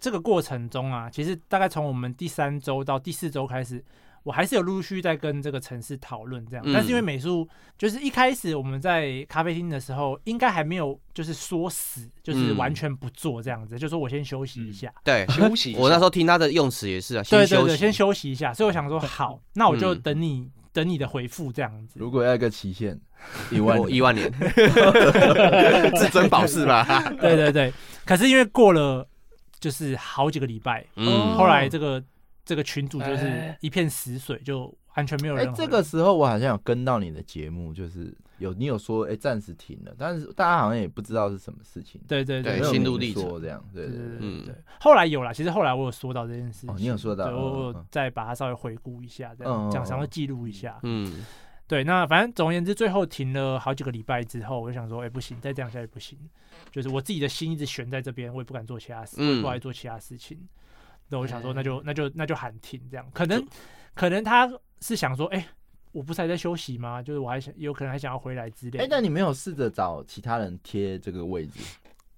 这个过程中啊，其实大概从我们第三周到第四周开始，我还是有陆续在跟这个城市讨论这样。
嗯
但是因为美术，就是一开始我们在咖啡厅的时候，应该还没有就是说死，就是
嗯
完全不做这样子，就说我先休息一下。
对，
休 *laughs* 息一下。
我那时候听他的用词也是啊，
对
嗯
对
休
对，
息，
先休息一下。所以我想说，好，那我就
嗯
等你、等你的回复这样子。
如果要一个期限，一万
我一万
*laughs*
年，是珍宝是吧？
对对对。可是因为过了就是好几个礼拜，
嗯，
后来这个这个群主就是
哎
一片死水，就完全没有
哎
人。，
这个时候我好像有跟到你的节目，就是有你有说，哎，暂时停了，但是大家好像也不知道是什么事情，
对对
对
对
没有
心
明
路历程
说这样，对
对
对
对
对。
对
嗯
对。后来有啦，其实后来我有说到这件事情，
哦你有说到
对我我
嗯嗯
有
嗯
再把它稍微回顾一下，这
嗯嗯
样
嗯
讲，想要记录一下。
嗯，
对，那反正总而言之，最后停了好几个礼拜之后，我就想说，哎，不行，再这样下去不行，就是我自己的心一直悬在这边，我也不敢做其他事，
嗯
我也不爱做其他事情。那我就想
哎
说，那就那就那就喊停，这样可能可能他是想说，哎，我不是还在休息吗？就是我还想有可能还想要回来之类的。
哎，那你没有试着找其他人贴这个位置？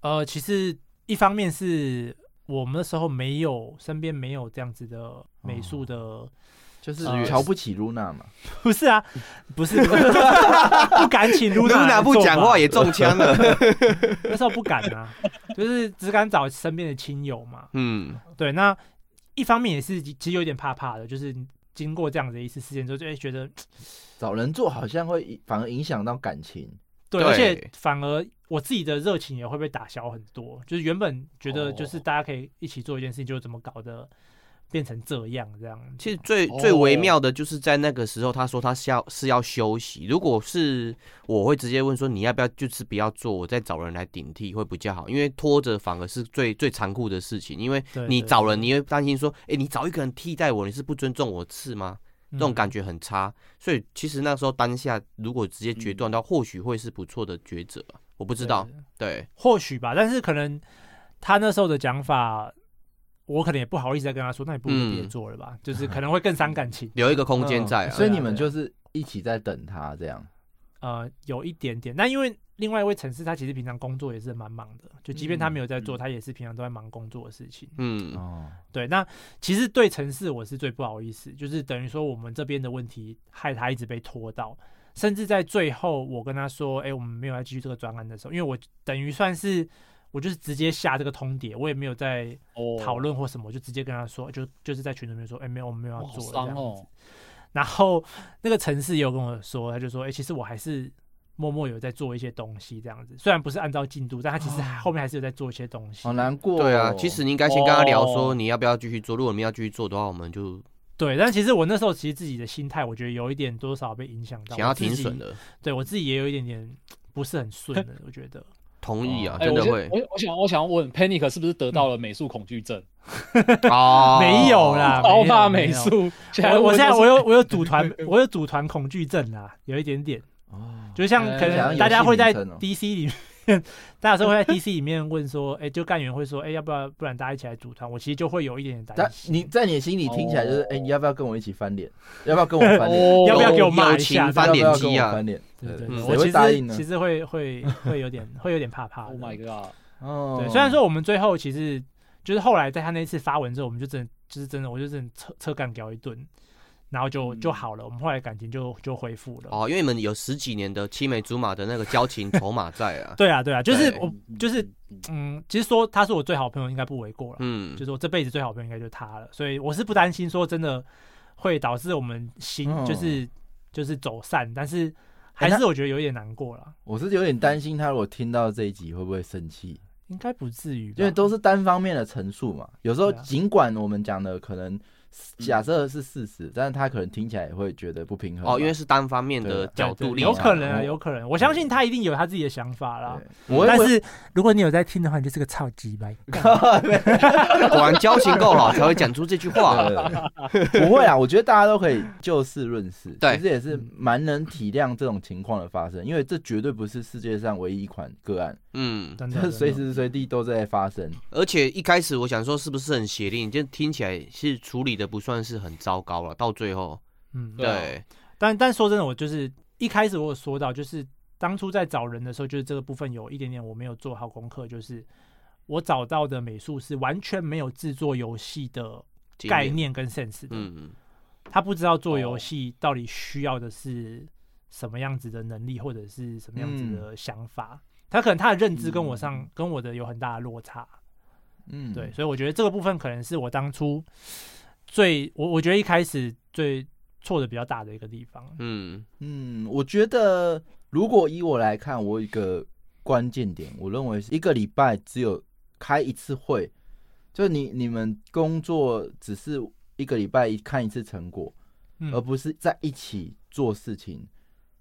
呃，其实一方面是我们那时候没有身边没有这样子的
哦
美术的， *laughs*
就是
呃
瞧不起露娜嘛？
不是啊，不是
*laughs*
不是不敢请露
露
娜
娜
来
不
做
讲
嘛
话，也中枪
*laughs*
了。
那时候不敢啊，就是只敢找身边的亲友嘛。
嗯，
对，那一方面也是其实有点怕怕的，就是经过这样子一次事件之后，就哎会觉得
找人做好像会影反而影响到感情。
对，
对
而且反而我自己的热情也会被打消很多。就是原本觉得
哦
就是大家可以一起做一件事情，就怎么搞的变成这样这样子。
其实最
哦
最微妙的就是在那个时候，他说他是要是要休息。如果是我会直接问说你要不要就是不要做，我再找人来顶替会比较好，因为拖着反而是最最残酷的事情。因为
对
你
对
找人，你会担心说，哎、你找一个人替代我，你是不尊重我是吗？这种
嗯
感觉很差。所以其实那时候当下如果直接决断到，或许会是不错的抉择。啊我不知道，
嗯对
对，
或许吧，但是可能他那时候的讲法，我可能也不好意思再跟他说，那你不如就别
嗯
做了吧，就是可能会更伤
*laughs*
感情。
留一个空间在、啊
所以你
对
们
啊对
就是一起在等他这样。
呃，有一点点。那因为另外一位城市，他其实平常工作也是蛮忙的，就即便他没有在做，
嗯
他也是平常都在忙工作的事情。
嗯，
哦，
对，那其实对城市我是最不好意思，就是等于说我们这边的问题害他一直被拖到，甚至在最后我跟他说，哎、我们没有要继续这个专案的时候，因为我等于算是我就是直接下这个通牒，我也没有在
哦
讨论或什么，我就直接跟他说，就就是在群里面说，哎、没有，我们没有要
哇好
做了这
伤
样子。
哦，
然后那个城市也有跟我说，他就说，哎、其实我还是默默有在做一些东西，这样子，虽然不是按照进度，但他其实
哦
后面还是有在做一些东西。
好难过哦。
对啊，其实你应该先跟他聊
哦
说你要不要继续做，如果你们要继续做的话，我们就
对，但其实我那时候其实自己的心态，我觉得有一点多少被影响到，
想要
我自己
停损。的，
对我自己也有一点点不是很顺的，我觉得。
同意啊，
哎
真的
我先
会
我我想我想问，Panic 是不是得到了美术恐惧症？哦
啊
没有啦
超怕
没有
美术。
我我现
*laughs*
在我
有
有我有组团，我有组团恐惧症啦，有一点点，
哦
就像
哎
可
想要
能
有
大家
戏
会
名
在
称哦
DC 里面， *laughs* 大家说会在 DC 里面问说，哎，就干员会说，哎，要不要不然大家一起来组团？我其实就会有一点点担
但
心，
你在你的心里听起来就是，
哦
哎，你要不要跟我一起翻脸？要不要跟我翻脸？
哦
要不要 *laughs* 给我骂
友
一下
情翻脸
要不要跟
机
我
啊
翻，脸。
对对
嗯
对，
谁
我
会
其
答应呢
实其实会会会有
*laughs*
点会有点怕怕的。
？Oh my god！
哦
对，虽然说我们最后其实就是后来在他那次发文之后，我们就真的就是真的，我就真的车车干掉一顿，然后就就
嗯
好了，我们后来感情就就恢复了。
哦，因为你们有十几年的青梅竹马的那个交情筹码在啊，
*laughs* 对啊，对啊，就是
对
我就是嗯，其实说他是我最好朋友应该不为过了，
嗯
就，是我这辈子最好朋友应该就是他了，所以我是不担心说真的会导致我们心
嗯
就是就是走散，但是还
哎那
是我觉得有一点难过了，
我是有点担心他，如果听到这一集会不会生气？
应该不至于吧，
因为都是单方面的陈述嘛。有时候
啊对啊嗯
尽管我们讲的可能假设是事实，但是他可能听起来也会觉得不平衡嘛。
哦，因为是单方面的
对
对
角
对
度立
有
场，
可能啊，有可能，我相信他一定有他自己的想法啦。
哦对我
但
我
是如果你有在听的话，你就是个超级
*laughs*
白。
果然交情够好才会讲出这句
*laughs*
话。 *laughs*
不会啊，我觉得大家都可以就事论事，
对嗯
其实也是蛮能体谅这种情况的发生，因为这绝对不是世界上唯一一款个案，
嗯，
真
这
的，
*laughs* 随
真的
时随地都在发生。
而且一开始我想说是不是很邪令，就听起来是处理的不算是很糟糕了，到最后，
嗯，
对啊
对，
但但说真的，我就是一开始我有说到，就是当初在找人的时候，就是这个部分有一点点我没有做好功课，就是我找到的美术是完全没有制作游戏的
经
概，念跟 sense 的，
嗯，
他不知道做游
哦
戏到底需要的是什么样子的能力，或者是什么样子
嗯
的想法。他可能他的认知跟我上、跟我的有很大的落差，
嗯，
对，所以我觉得这个部分可能是我当初最我我觉得一开始最错的比较大的一个地方。
嗯，
嗯，我觉得如果以我来看，我有一个关键点，我认为是一个礼拜只有开一次会，就你你们工作只是一个礼拜一看一次成果，
嗯
而呃不是在一起做事情，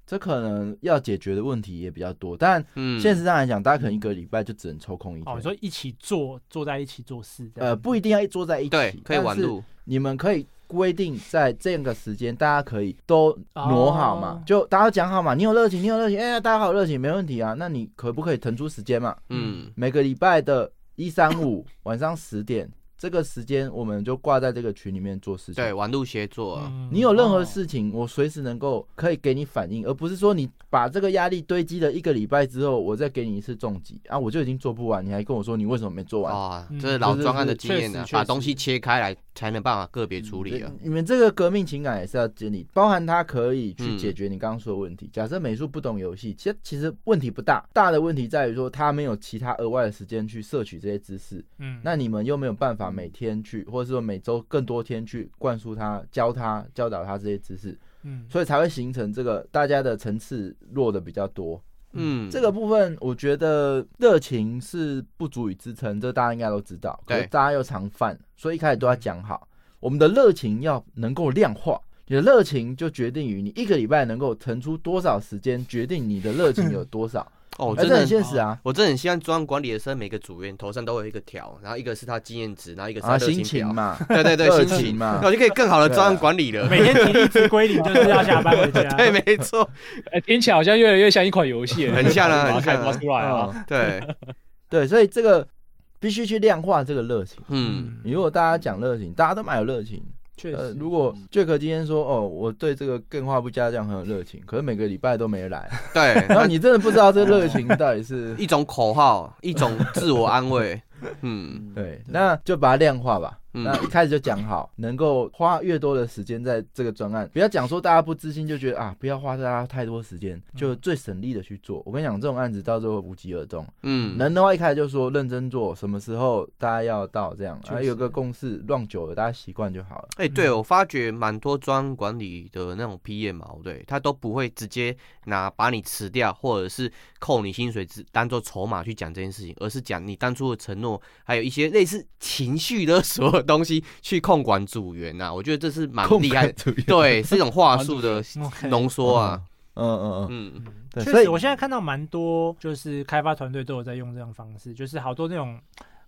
这可能要解决的问题也比较多。但
嗯，
现实上来讲，大家可能一个礼拜就只能抽空一天。
哦，你说一起做坐在一起做事这样，
呃，不一定要坐在一起，
对，可以玩
但是
路，
你们可以规定在这个时间，大家可以都挪好嘛
哦
就大家讲好嘛，你有热情，你有热情，哎、大家好有热情，没问题啊。那你可不可以腾出时间嘛？
嗯，
每个礼拜的一三五晚上十点这个时间，我们就挂在这个群里面做事情。
对，，玩路协作啊，
嗯
你有任何
哦
事情，我随时能够可以给你反应，而不是说你把这个压力堆积了一个礼拜之后，我再给你一次重击啊，我就已经做不完，你还跟我说你为什么没做完？
啊，
嗯
这是老
这
专案
是
的经验
确
啊
实，确
把
实
东西切开来才能办法个别处理啊。
你们这个革命情感也是要建立，包含它可以去解决你刚刚说的问题。假设美术不懂游戏，其实其实问题不大，大的问题在于说他没有其他额外的时间去摄取这些知识，
嗯，
那你们又没有办法每天去，或者说每周更多天去灌输他、教他、教导他这些知识，
嗯
所以才会形成这个大家的层次落的比较多。
嗯，
这个部分我觉得热情是不足以支撑，这大家应该都知道。可
对
是大家又常犯，所以一开始都要讲好，我们的热情要能够量化。你的热情就决定于你一个礼拜能够腾出多少时间，决定你的热情有多少。
哦，
哎，
真
这
的
很，现实啊。
*laughs* 我真的很希望专案管理的时候，每个组员头上都有一个条，然后一个是他经验值，然后一个是
啊，
他热
心
情
情
表。
嘛，
*laughs* 对对
热
对，心
情
情
嘛啊
那我就可以更好的专案管理了。
每天体力值归零就是要下班回
*laughs*
家，
对，没错，
哎，听起来好像越来越像一款游戏了，
很像啊
把它
很
开
像啊
发出来啊。
嗯
对，
对，所以这个必须去量化这个热情。
嗯，
如果大家讲热情，大家都蛮有热情，
确
呃，
实，
如果 Jack 今天说哦，我对这个更画不加酱很有热情，可是每个礼拜都
*laughs*
没来，
对，
然后你真的不知道这热情到底是
一种口号，一种自我安慰，嗯
对，那就把它量化吧。
嗯
那一开始就讲好，能够花越多的时间在这个专案，不要讲说大家不知心就觉得啊，不要花大家太多时间，
嗯
就最省力的去做。我跟你讲，这种案子到最后无疾而终。
嗯，
能的话，一开始就说认真做，什么时候大家要到这样，
确
啊，
实
有个共识，乱久了大家习惯就好了。
哎、对我发觉蛮多专案管理的那种 P 业嘛，对他都不会直接拿把你辞掉，或者是扣你薪水之当做筹码去讲这件事情，而是讲你当初的承诺，还有一些类似情绪勒索的东西去控管组员啊呐、我觉得这是
啊
蛮厉害的，
主义，
对，是一种话术的
OK
浓缩啊，
嗯嗯嗯，
嗯，
对，
确
所以
实，我现在看到蛮多，就是开发团队都有在用这种方式，就是好多那种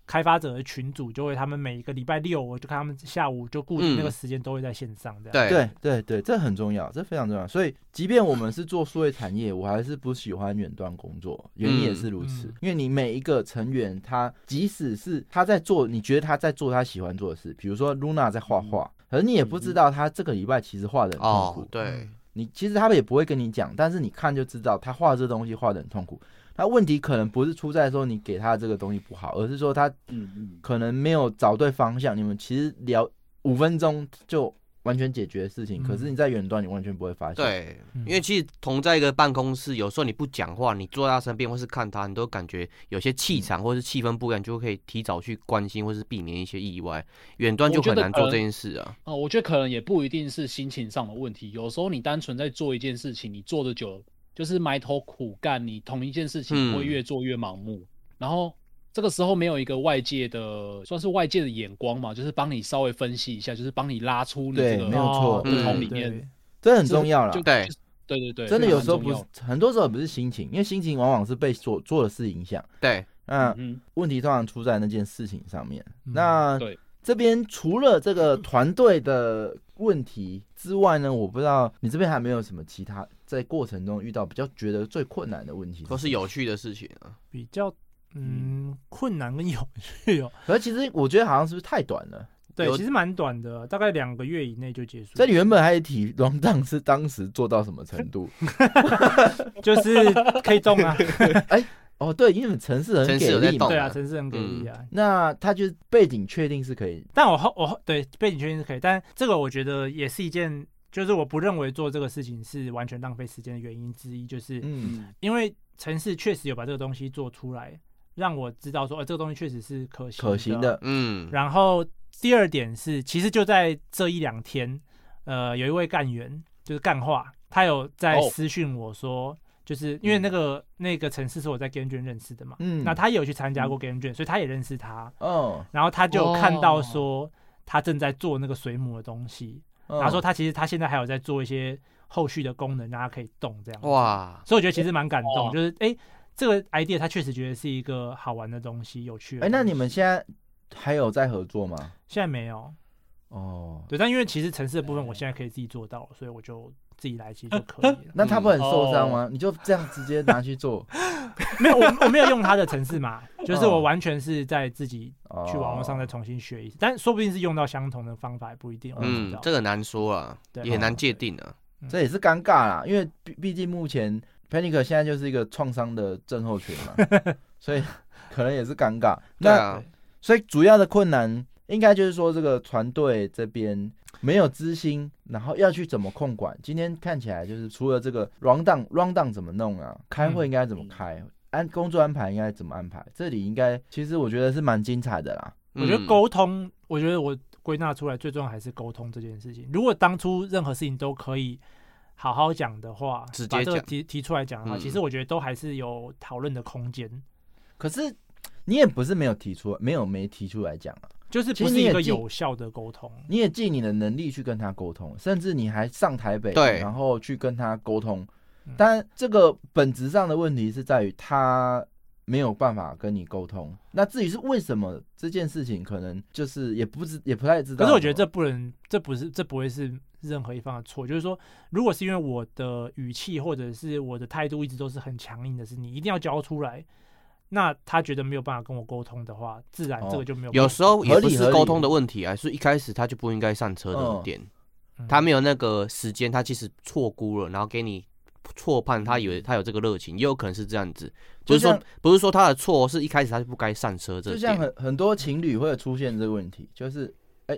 开发者的群组，就会他们每一个礼拜六，我就看他们下午就固定那个
嗯
时间都会在线上这样。
对，
对对对，这很重要，这非常重要。所以，即便我们是做数位产业，我还是不喜欢远端工作，原因也是如此。
嗯
因为你每一个成员，他即使是他在做，你觉得他在做他喜欢做的事，比如说 Luna 在画画，可是你也不知道他这个礼拜其实画的很痛苦。嗯
哦，对，
你其实他们也不会跟你讲，但是你看就知道他画这东西画的很痛苦。那问题可能不是出在说你给他的这个东西不好，而是说他
嗯嗯，
可能没有找对方向，你们其实聊五分钟就完全解决的事
嗯
情，可是你在远端你完全不会发现。，
对，
嗯
因为其实同在一个办公室，有时候你不讲话，你坐在他身边或是看他，你都感觉有些
嗯
气场或是气氛不一样，你就可以提早去关心或是避免一些意外。远端就很难做这件事啊。
啊、我觉得可能也不一定是心情上的问题，有时候你单纯在做一件事情，你做的久了，就是埋头苦干，你同一件事情会
嗯
越做越盲目，然后这个时候没有一个外界的，算是外界的眼光嘛，就是帮你稍微分析一下，就是帮你拉出你
对
这个
没有错
哦
嗯
同
对
理念
对
这很重要啦
就。
对
就是对对对，
真的有时候
这
不
个蛮
是
重，
很多时候也不是心情，因为心情往往是被所做的事影响。
对，
那
要的，嗯
问题通常出在那件事情上面。
嗯
那
对
这边除了这个团队的问题之外呢，我不知道你这边还没有什么其他在过程中遇到比较觉得最困难的问题。
都是，有趣的事情啊。
比较嗯困难跟有趣哦。
可是其实我觉得好像是不是太短了？
对，
有
其实蛮短的，大概两个月以内就结束。
这里原本还提龙藏是当时做到什么程度？
*laughs* 就是可以动啊，
哦，对，因为城市很
城市
给
有在
力嘛
动。
对啊，城市很给力啊。
那他就是背景确定是可以，
但我后我后对背景确定是可以，但这个我觉得也是一件，就是我不认为做这个事情是完全浪费时间的原因之一，就是
嗯，
嗯
因为城市确实有把这个东西做出来，让我知道说，呃，这个东西确实是可行
可行的。
嗯，
然后第二点是，其实就在这一两天，呃，有一位干员就是干话，他有在
哦
私讯我说，就是因为那个、那个城市是我在 Game 圈认识的嘛，
嗯，
那他也有去参加过 Game 圈，所以他也认识他，
哦，
然后他就有看到说他正在做那个水母的东西，
然
然后说他其实他现在还有在做一些后续的功能，让他可以动这样。！
哇，
所以我觉得其实蛮感动，
哦
哇
就是哎、诶这个 idea 他确实觉得是一个好玩的东西，有趣的
哎，
东西。
那你们现在还有在合作吗？
现在没有
哦，
对，但因为其实城市的部分我现在可以自己做到，所以我就自己来其实就可以了。 *laughs*
那他不会很受
嗯哦
伤吗？你就这样直接拿去做，
没有我我没有用他的城市码，就是我完全是在自己
哦
去网络上再重新学一次，但说不定是用到相同的方法，也不一定。我不知
嗯
道，
这个难说啊，
对
也很难界定啊。
这也是尴尬啦，因为毕毕竟目前 Panic 现在就是一个创伤的症候群嘛，
*laughs*
所以可能也是尴尬。
对
那
啊，
所以主要的困难应该就是说，这个团队这边没有知心，然后要去怎么控管。今天看起来就是除了这个 round down round down 怎么弄啊，开会应该怎
嗯
么开，安工作安排应该怎么安排，这里应该其实我觉得是蛮精彩的啦。
我觉得
嗯
沟通，我觉得我归纳出来最重要还是沟通这件事情。如果当初任何事情都可以好好讲的话，
直接
把这个
讲
提提出来讲的话，
嗯
其实我觉得都还是有讨论的空间，
可是你也不是没有提出，没有没提出来讲啊，
就是
其
不
实
是
你
一
也
个
记
有效的沟通。
你也尽你的能力去跟他沟通，甚至你还上台北，
对
然后去跟他沟通
嗯。
但这个本质上的问题是在于他没有办法跟你沟通。那至于是为什么这件事情，可能就是也不知也不太知
可
道。
是我觉得这不能，这不是，这不会是任何一方的错。就是说，如果是因为我的语气或者是我的态度一直都是很强硬的，是你一定要交出来，那他觉得没有办法跟我沟通的话，自然
哦
这个就没有办
有
法沟通、
时候也不
合理合
是
理
沟通的问题啊，是一开始他就不应该上车的
嗯
点。
嗯
他没有那个时间，他其实错估了，然后给你错判，他以为他有这个热情，也有可能是这样子。不
嗯就是
说
像
不是说他的错，是一开始他就不该上车这
就
个
像
点。
很很多情侣会出现这个问题，就是哎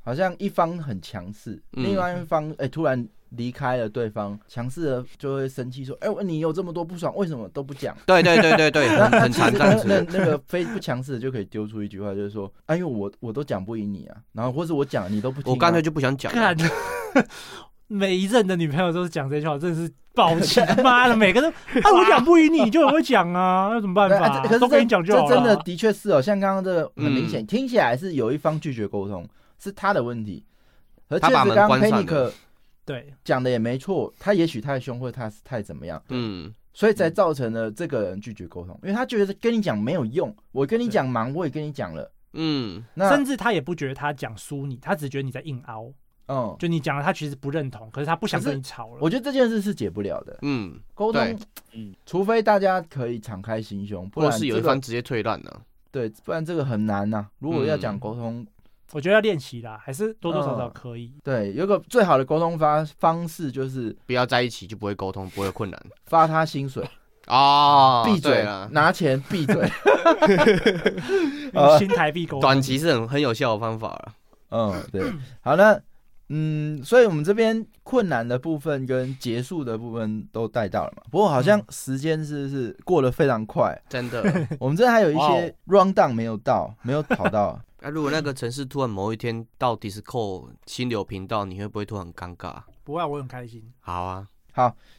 好像一方很强势，
嗯
另外一方哎、突然离开了对方，强势的就会生气说：“哎、你有这么多不爽，为什么都
*laughs*
不讲？”
对对对对
*laughs*
对，很
那那
很
其
常
实
这样
那那
子。
那个非不强势的就可以丢出一句话，就是说：“哎呦，我我都讲不赢你啊，然后或者我讲你都不听啊、
我刚才就不想讲了，
看，每一任的女朋友都是讲这句话，真的是抱歉， *laughs* 妈的，每个都啊，我讲不赢你，你就很会讲啊，那有什么办
哎
法
哎这可？是
都
这
跟你讲就好
这
了。
真的的确是哦，像刚刚这个很明显、
嗯
听起来是有一方拒绝沟通，是他的问题。而
他
确实
把门
刚刚
关上
Panic
了
对，
讲的也没错，他也许太凶或者他太怎么样，
嗯，
所以才造成了这个人拒绝沟通，因为他觉得跟你讲没有用，我跟你讲忙，我也跟你讲了，
嗯，
那
甚至他也不觉得他讲输你，他只觉得你在硬凹，
嗯，
就你讲了，他其实不认同，可是他不想
可是
跟你吵了。
我觉得这件事是解不了的，
嗯，
沟
对
通
嗯，
除非大家可以敞开心胸，不
或
然
是有一
这个
方直接退让啊了。
对，不然这个很难呐、如果要
嗯
讲沟通，
我觉得要练习啦，还是多多少少
嗯
可以。
对，有个最好的沟通方方式就是
不要在一起就不会沟通，不会有困
*laughs*
难
发他薪水，
哦。
闭
对
嘴
了，，
拿钱闭嘴。
用
呃
*laughs* 新台币沟通
短期是很很有效的方法啊了。
嗯，对，好那嗯，所以我们这边困难的部分跟结束的部分都带到了嘛。不过好
嗯
像时间是是过得非常
*laughs*
快，
真的。
*laughs* 我们这还有一
哇
哦
些 round down 没有到，没有
*laughs*
跑到。
那、如果那个城市突然某一天到 Disco 心流频道，你会不会突然很尴尬？
不会啊，我很开心。
好啊，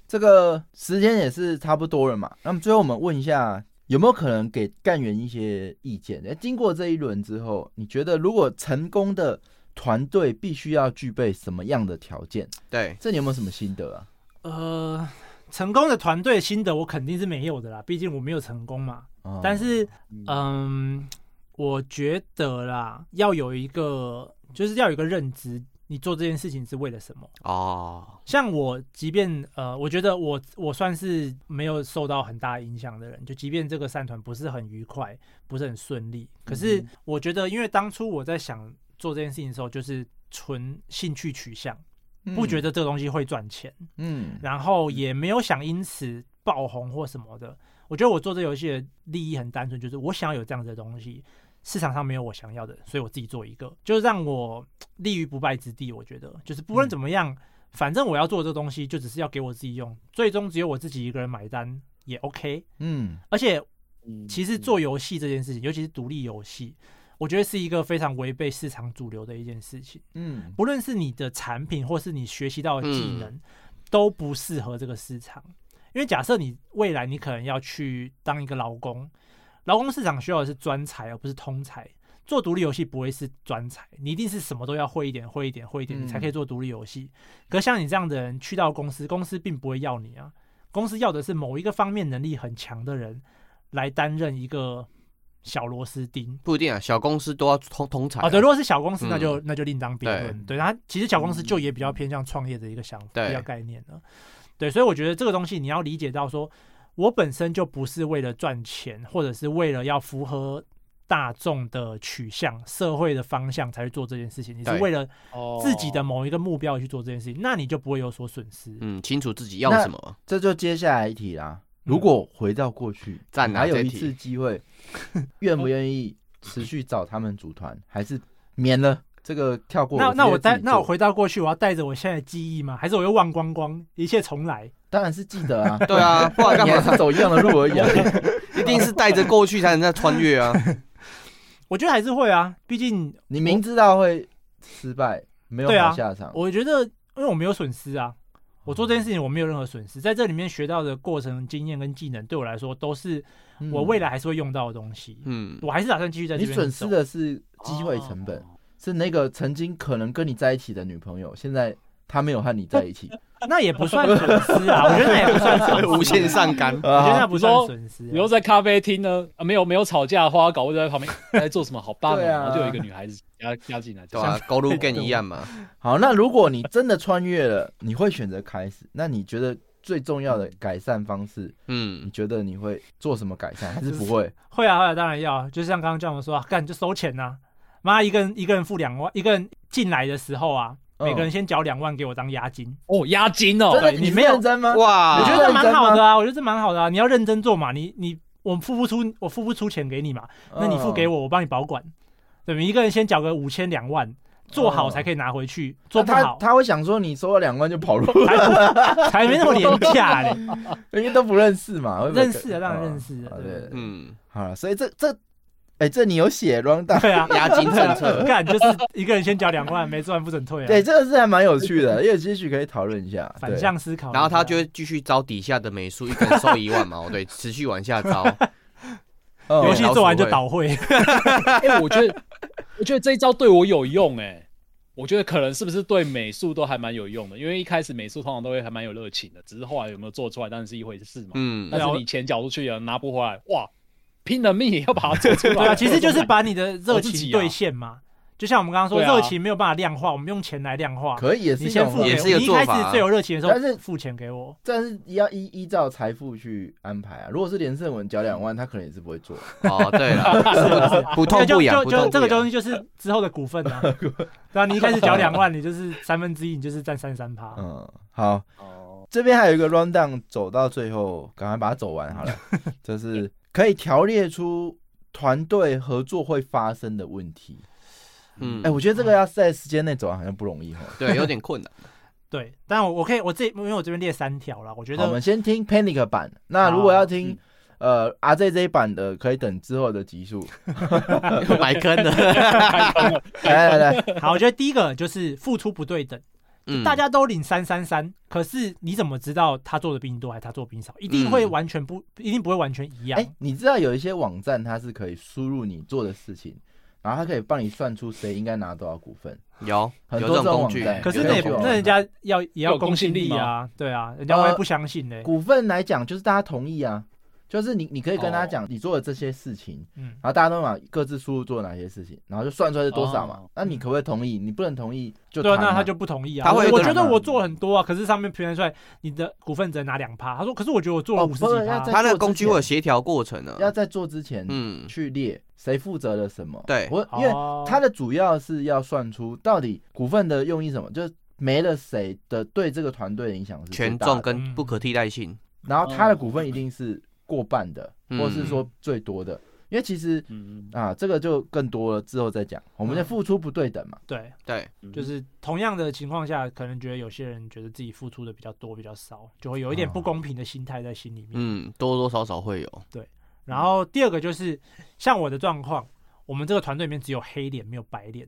这个时间也是差不多了嘛。那么最后我们问一下，有没有可能给干员一些意见？诶经过这一轮之后，你觉得如果成功的团队必须要具备什么样的条件？
对，
这你有没有什么心得啊？
呃，成功的团队心得我肯定是没有的啦，毕竟我没有成功嘛。
哦
但是，
嗯
嗯，我觉得啦，要有一个，就是要有一个认知，你做这件事情是为了什么。
哦，
像我，即便呃，我觉得我我算是没有受到很大影响的人，就即便这个散团不是很愉快，不是很顺利，可是
嗯
我觉得，因为当初我在想做这件事情的时候，就是纯兴趣取向，不觉，得这个东西会赚钱。
嗯
然后也没有想因此爆红或什么的。我觉得我做这游戏的利益很单纯，就是我想要有这样子的东西，市场上没有我想要的，所以我自己做一个，就是让我立于不败之地。我觉得，就是不
嗯
论怎么样，反正我要做这东西，就只是要给我自己用，最终只有我自己一个人买单也 OK。
嗯
而且，
嗯
其实做游戏这件事情，尤其是独立游戏，我觉得是一个非常违背市场主流的一件事情。
嗯
不论是你的产品或是你学习到的技能，都不适合这个市场。因为假设你未来你可能要去当一个劳工，劳工市场需要的是专才而不是通才。做独立游戏不会是专才，你一定是什么都要会一点、会一点、会一点，
嗯
你才可以做独立游戏。可像你这样的人去到公司，公司并不会要你啊，公司要的是某一个方面能力很强的人来担任一个小螺丝钉。
不一定啊，小公司都要通通才啊
哦，对，如果是小公司，那
嗯
就、那就另当别
对
论。对，它其实小公司就也比较偏向创业的一个想法、
对
比较概念了。对，所以我觉得这个东西你要理解到说，我本身就不是为了赚钱，或者是为了要符合大众的取向、社会的方向才去做这件事情，你是
对
为了
哦
自己的某一个目标去做这件事情，那你就不会有所损失。
嗯，清楚自己要
那
什么，
这就接下来一题
嗯
啦。如果回到过去，
赞啊
还有
这
一
题
次机
*laughs*
会，愿不愿意持续找他们组团，还是免了这个跳过？
那
直接
那我
自己
带那我
做
回到过去，我要带着我现在的记忆吗？还是我又忘光光，一切重来？
当然是记
*laughs*
得啊，
对啊，不然
你还
干嘛？
是走一样的路而已啊。
一定是带着过去才能再穿越啊。
我觉得还是会啊，毕竟
你明知道会失败，没有
对啊
好下场，
我觉得，因为我没有损失
哦
啊，我做这件事情我没有任何损失，在这里面学到的过程、经验跟技能，对我来说都是
嗯
我未来还是会用到的东西。 *laughs*
嗯，
我还是打算继续在这
你
边走。哦
损失的是机会成本，是那个曾经可能跟你在一起的女朋友，现在她没有和你在一
*laughs*
起
那也不算损失
*laughs*
啊，我觉得那也不算损失，
无限上
*laughs*
纲。
我觉得那
啊。
不算损失啊、
你又在咖啡厅呢，啊没有没有吵架，花搞我就在
*laughs*
旁边在做什么，好棒哦！
对啊
然后就有一个女孩子加加进来，
对啊，高路跟一样嘛。
好，那如果你真的穿越了，你会选择开始？那你觉得最重要的改善方式，你
*laughs*
嗯，
觉得你会做什么改善，还是不会？
会啊，会啊，当然要，就像刚刚这样说啊，干就收钱呐、妈一个人一个人付两万，一个人进来的时候啊，
嗯
每个人先缴两万给我当押金，
哦，押金
嗯真
哦，
的
对
你
你
没
没有
认真吗？
哇，
我觉
你
得这蛮好
认真
的啊，我觉得这蛮好的啊，你要认真做嘛，你你我付不出我付不出钱给你嘛，那你付给
我，
我，我帮你保管，对吧？一个人先缴个五千两万，做好才可以拿回去，做
那
不
他
好
他会想说你收了 *laughs* 两万就跑路，
*laughs* 才才没那么廉价嘞。
因为都不认识嘛，会不会
认识的当然认识的
哦
对
对，
嗯，
好了，所以这这，哎，这你有写 round down，
对啊，
押金 *laughs* 政策，
干就是一个人先缴两万，没做完不准退啊。
对，，这个是还蛮有趣的，因为也许可以讨论一下。
反
对
向思考一下。
然后他就会继续招底下的美术，一个人收一万嘛，哦对，持续往下招。
哦
游戏做完就倒会，
哎、我觉得，我觉得这一招对我有用哎、我觉得可能是不是对美术都还蛮有用的，因为一开始美术通常都会还蛮有热情的，只是后来有没有做出来当然是一回事嘛。
嗯
但，是你钱缴出去了拿不回来，哇，拼了命也要把它做出来。
*laughs* 对啊，其实就是
*laughs*
把你的热
我自己
情
啊
兑现嘛。就像我们刚刚说，
对啊
热情没有办法量化，我们用钱来量化。
可以也是
你
一
先
种
付
方
给
也
法，
是
我，
一个
你一
做
开
法
始最有热情的时候，
但是
付钱给
*laughs*
我。
但是要依依照财富去安排啊。如果是连胜文缴两万，他可能也是不会做。
哦，对
*laughs*
了，不痛
对，
不
就
痒，
就
不
就
痛
这个东
不
西就是之后的股份啊。对啊，你一开始缴两万，你就是三分之一，你就是占三三趴。
嗯，好，
哦，
这边还有一个 round down，走到最后，赶快把它走完好了。就是可以条列出团队合作会发生的问题。
嗯
哎、，我觉得这个要在时间内走完好像不容易哦哈。
对，有点困难。
*laughs* 对，但我我可以我自己，因为我这边列三条啦，我觉
好我们
得
先听 Panic 版，那如果要听、呃 RJJ 版的，可以等之后的集数。
埋坑的，
来来来，
好，我觉得第一个就是付出不对等，
*laughs* 嗯
大家都领三三三，可是你怎么知道他做的比你多还是他做的比你少？一定会
嗯
完全不，一定不会完全一样
哎、。你知道有一些网站它是可以输入你做的事情，然后它可以帮你算出谁应该拿多少股份。
有有
很多
这种
这种
工
网
具
站，
可是
有这
那也
种
有
工
那
具
人家要也要
有公
公信
信力
力啊，对啊，人家会不相信嘞。
股份来讲，就是大家同意啊，就是你你可以跟
哦
他讲你做的这些事情，
嗯，
然后大家都嘛各自输入做哪些事情，然后就算出来是多少嘛。
哦
那你可不可以同意？你不能同意就
对啊，
谈
那
嘛
他就不同意啊。
他会有
我
一个
觉得
人啊
我做很多啊，可是上面评论出来你的股份只能拿两趴。他说，可是我觉得我做了
哦
五十
不
几
是要
趴
在。
他那个工具会有协调过程
要
啊。
在做之前
嗯，
去列谁负责了什么。
对
我因为
哦
它的主要是要算出到底股份的用意是什么，就是没了谁的对这个团队的影响是最
权
大的
重跟不可替代性。
然后他的股份一定是过半的，
嗯
或是说最多的，因为其实
嗯，
啊，这个就更多了，之后再讲。我们
嗯
的付出不对等嘛，
对，
对，
嗯
就是同样的情况下，可能觉得有些人觉得自己付出的比较多，比较少，就会有一点
哦
不公平的心态在心里面。
嗯，多多少少会有。
然后第二个就是像我的状况，我们这个团队里面只有黑脸没有白脸，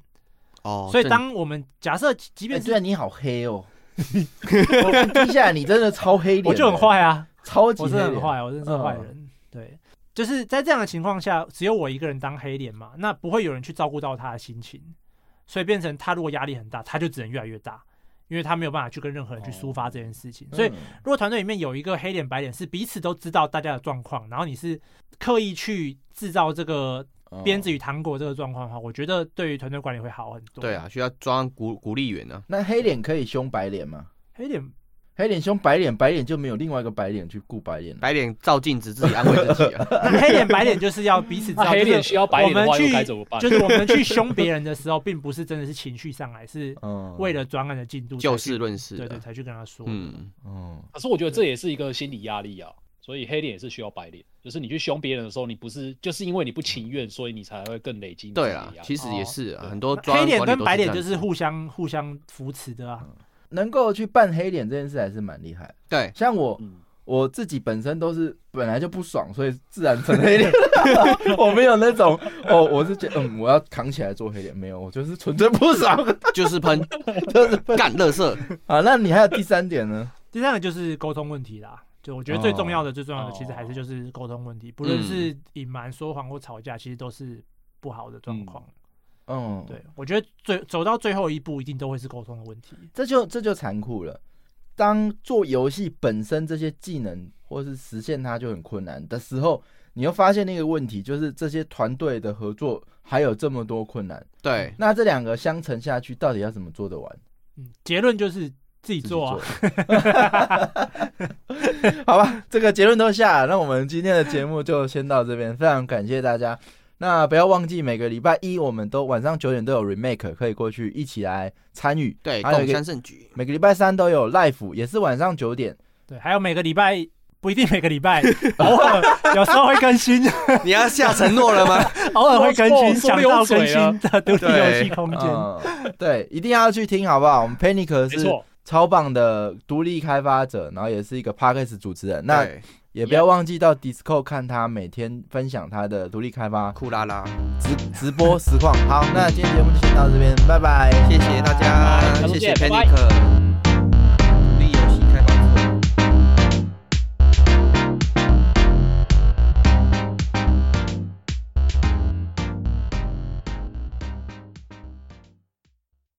哦，
所以
正
当我们假设即
哎
便
对
是
啊，你好黑哦。我看接下来你真的超黑脸的，
我就很坏啊，
超级
我
黑
真的
脸嗯
很坏，我真的是坏人。对，就是在这样的情况下，只有我一个人当黑脸嘛，那不会有人去照顾到他的心情，所以变成他如果压力很大，他就只能越来越大，因为他没有办法去跟任何
哦
人去抒发这件事情。
嗯
所以，如果团队里面有一个黑脸白脸是彼此都知道大家的状况，然后你是刻意去制造这个
哦
鞭子与糖果这个状况的话，我觉得对于团队管理会好很多。
对啊，，需要装鼓鼓励员啊。
那黑脸可以凶白脸吗？
黑脸 *laughs*
黑脸凶白脸，白脸就没有另外一个白脸去顾白脸了。
白脸照镜子，自己安慰自己啊。
那黑脸白脸就是要彼此知道，
那黑
就是
脸需要白脸的
我
话
们
又
去
该怎么办？
就是我们去凶别人的时候，并不是真的是情绪上来，是
嗯
为了专案的进度才去，
就事论事
对
的
对，才去跟他说。
啊嗯，
嗯，
可是我觉得这也是一个心理压力啊，所以黑脸也是需要白脸，就是你去凶别人的时候，你不是就是因为你不情愿，所以你才会更累积你自己
对
的压
啦
力。，
其实也是啊，
对
很多
那
专
黑
案
脸
管理
跟
都
白
这
脸
样
就是
子
互相互相扶持的啊。
能够去扮黑脸这件事还是蛮厉害的。
对，
像我
嗯，
我自己本身都是本来就不爽，所以自然成
*laughs*
黑脸。我没有那种哦，我是觉得嗯，我要扛起来做黑脸，没有，我就是纯粹不爽。 *laughs*
就是喷，干乐色。
啊，那你还有第三点呢？
第三个就是沟通问题啦，就我觉得最重要的、最重要的
哦
其实还是就是沟通问题，不论是隐瞒、说谎或吵架，其实都是不好的状况。
嗯，，
对，我觉得最走到最后一步，一定都会是沟通的问题。
这就这就残酷了。当做游戏本身这些技能或是实现它就很困难的时候，你又发现那个问题，就是这些团队的合作还有这么多困难。
对，
那这两个相乘下去，到底要怎么做得完？
嗯，结论就是自己
自己
做啊。
*laughs* 好吧，这个结论都下了，那我们今天的节目就先到这边，非常感谢大家。那不要忘记每个礼拜一我们都晚上九点都有 remake，可以过去一起来参与。
对，
还有
共
一个
襄盛举。
*laughs*
每个礼拜三都有 live，也是晚上九点。
对，还有每个礼拜不一定每个礼拜，偶尔有时候会更新，
你要下承诺了吗？
偶尔会更
哦
新，
说
想
溜
到
嘴
更
了
新的独立游戏空间。
嗯，对，一定要去听，好不好？我们 Panic
没
是
错，
超棒的独立开发者，然后也是一个 Podcast 主持人。那
对
也不要忘记到 Discord 看他每天分享他的独立开发
酷拉拉，
直直播实况。好，那今天节目就先到这边，拜拜。
谢谢大家，
下次
谢谢
见拜拜
Panic。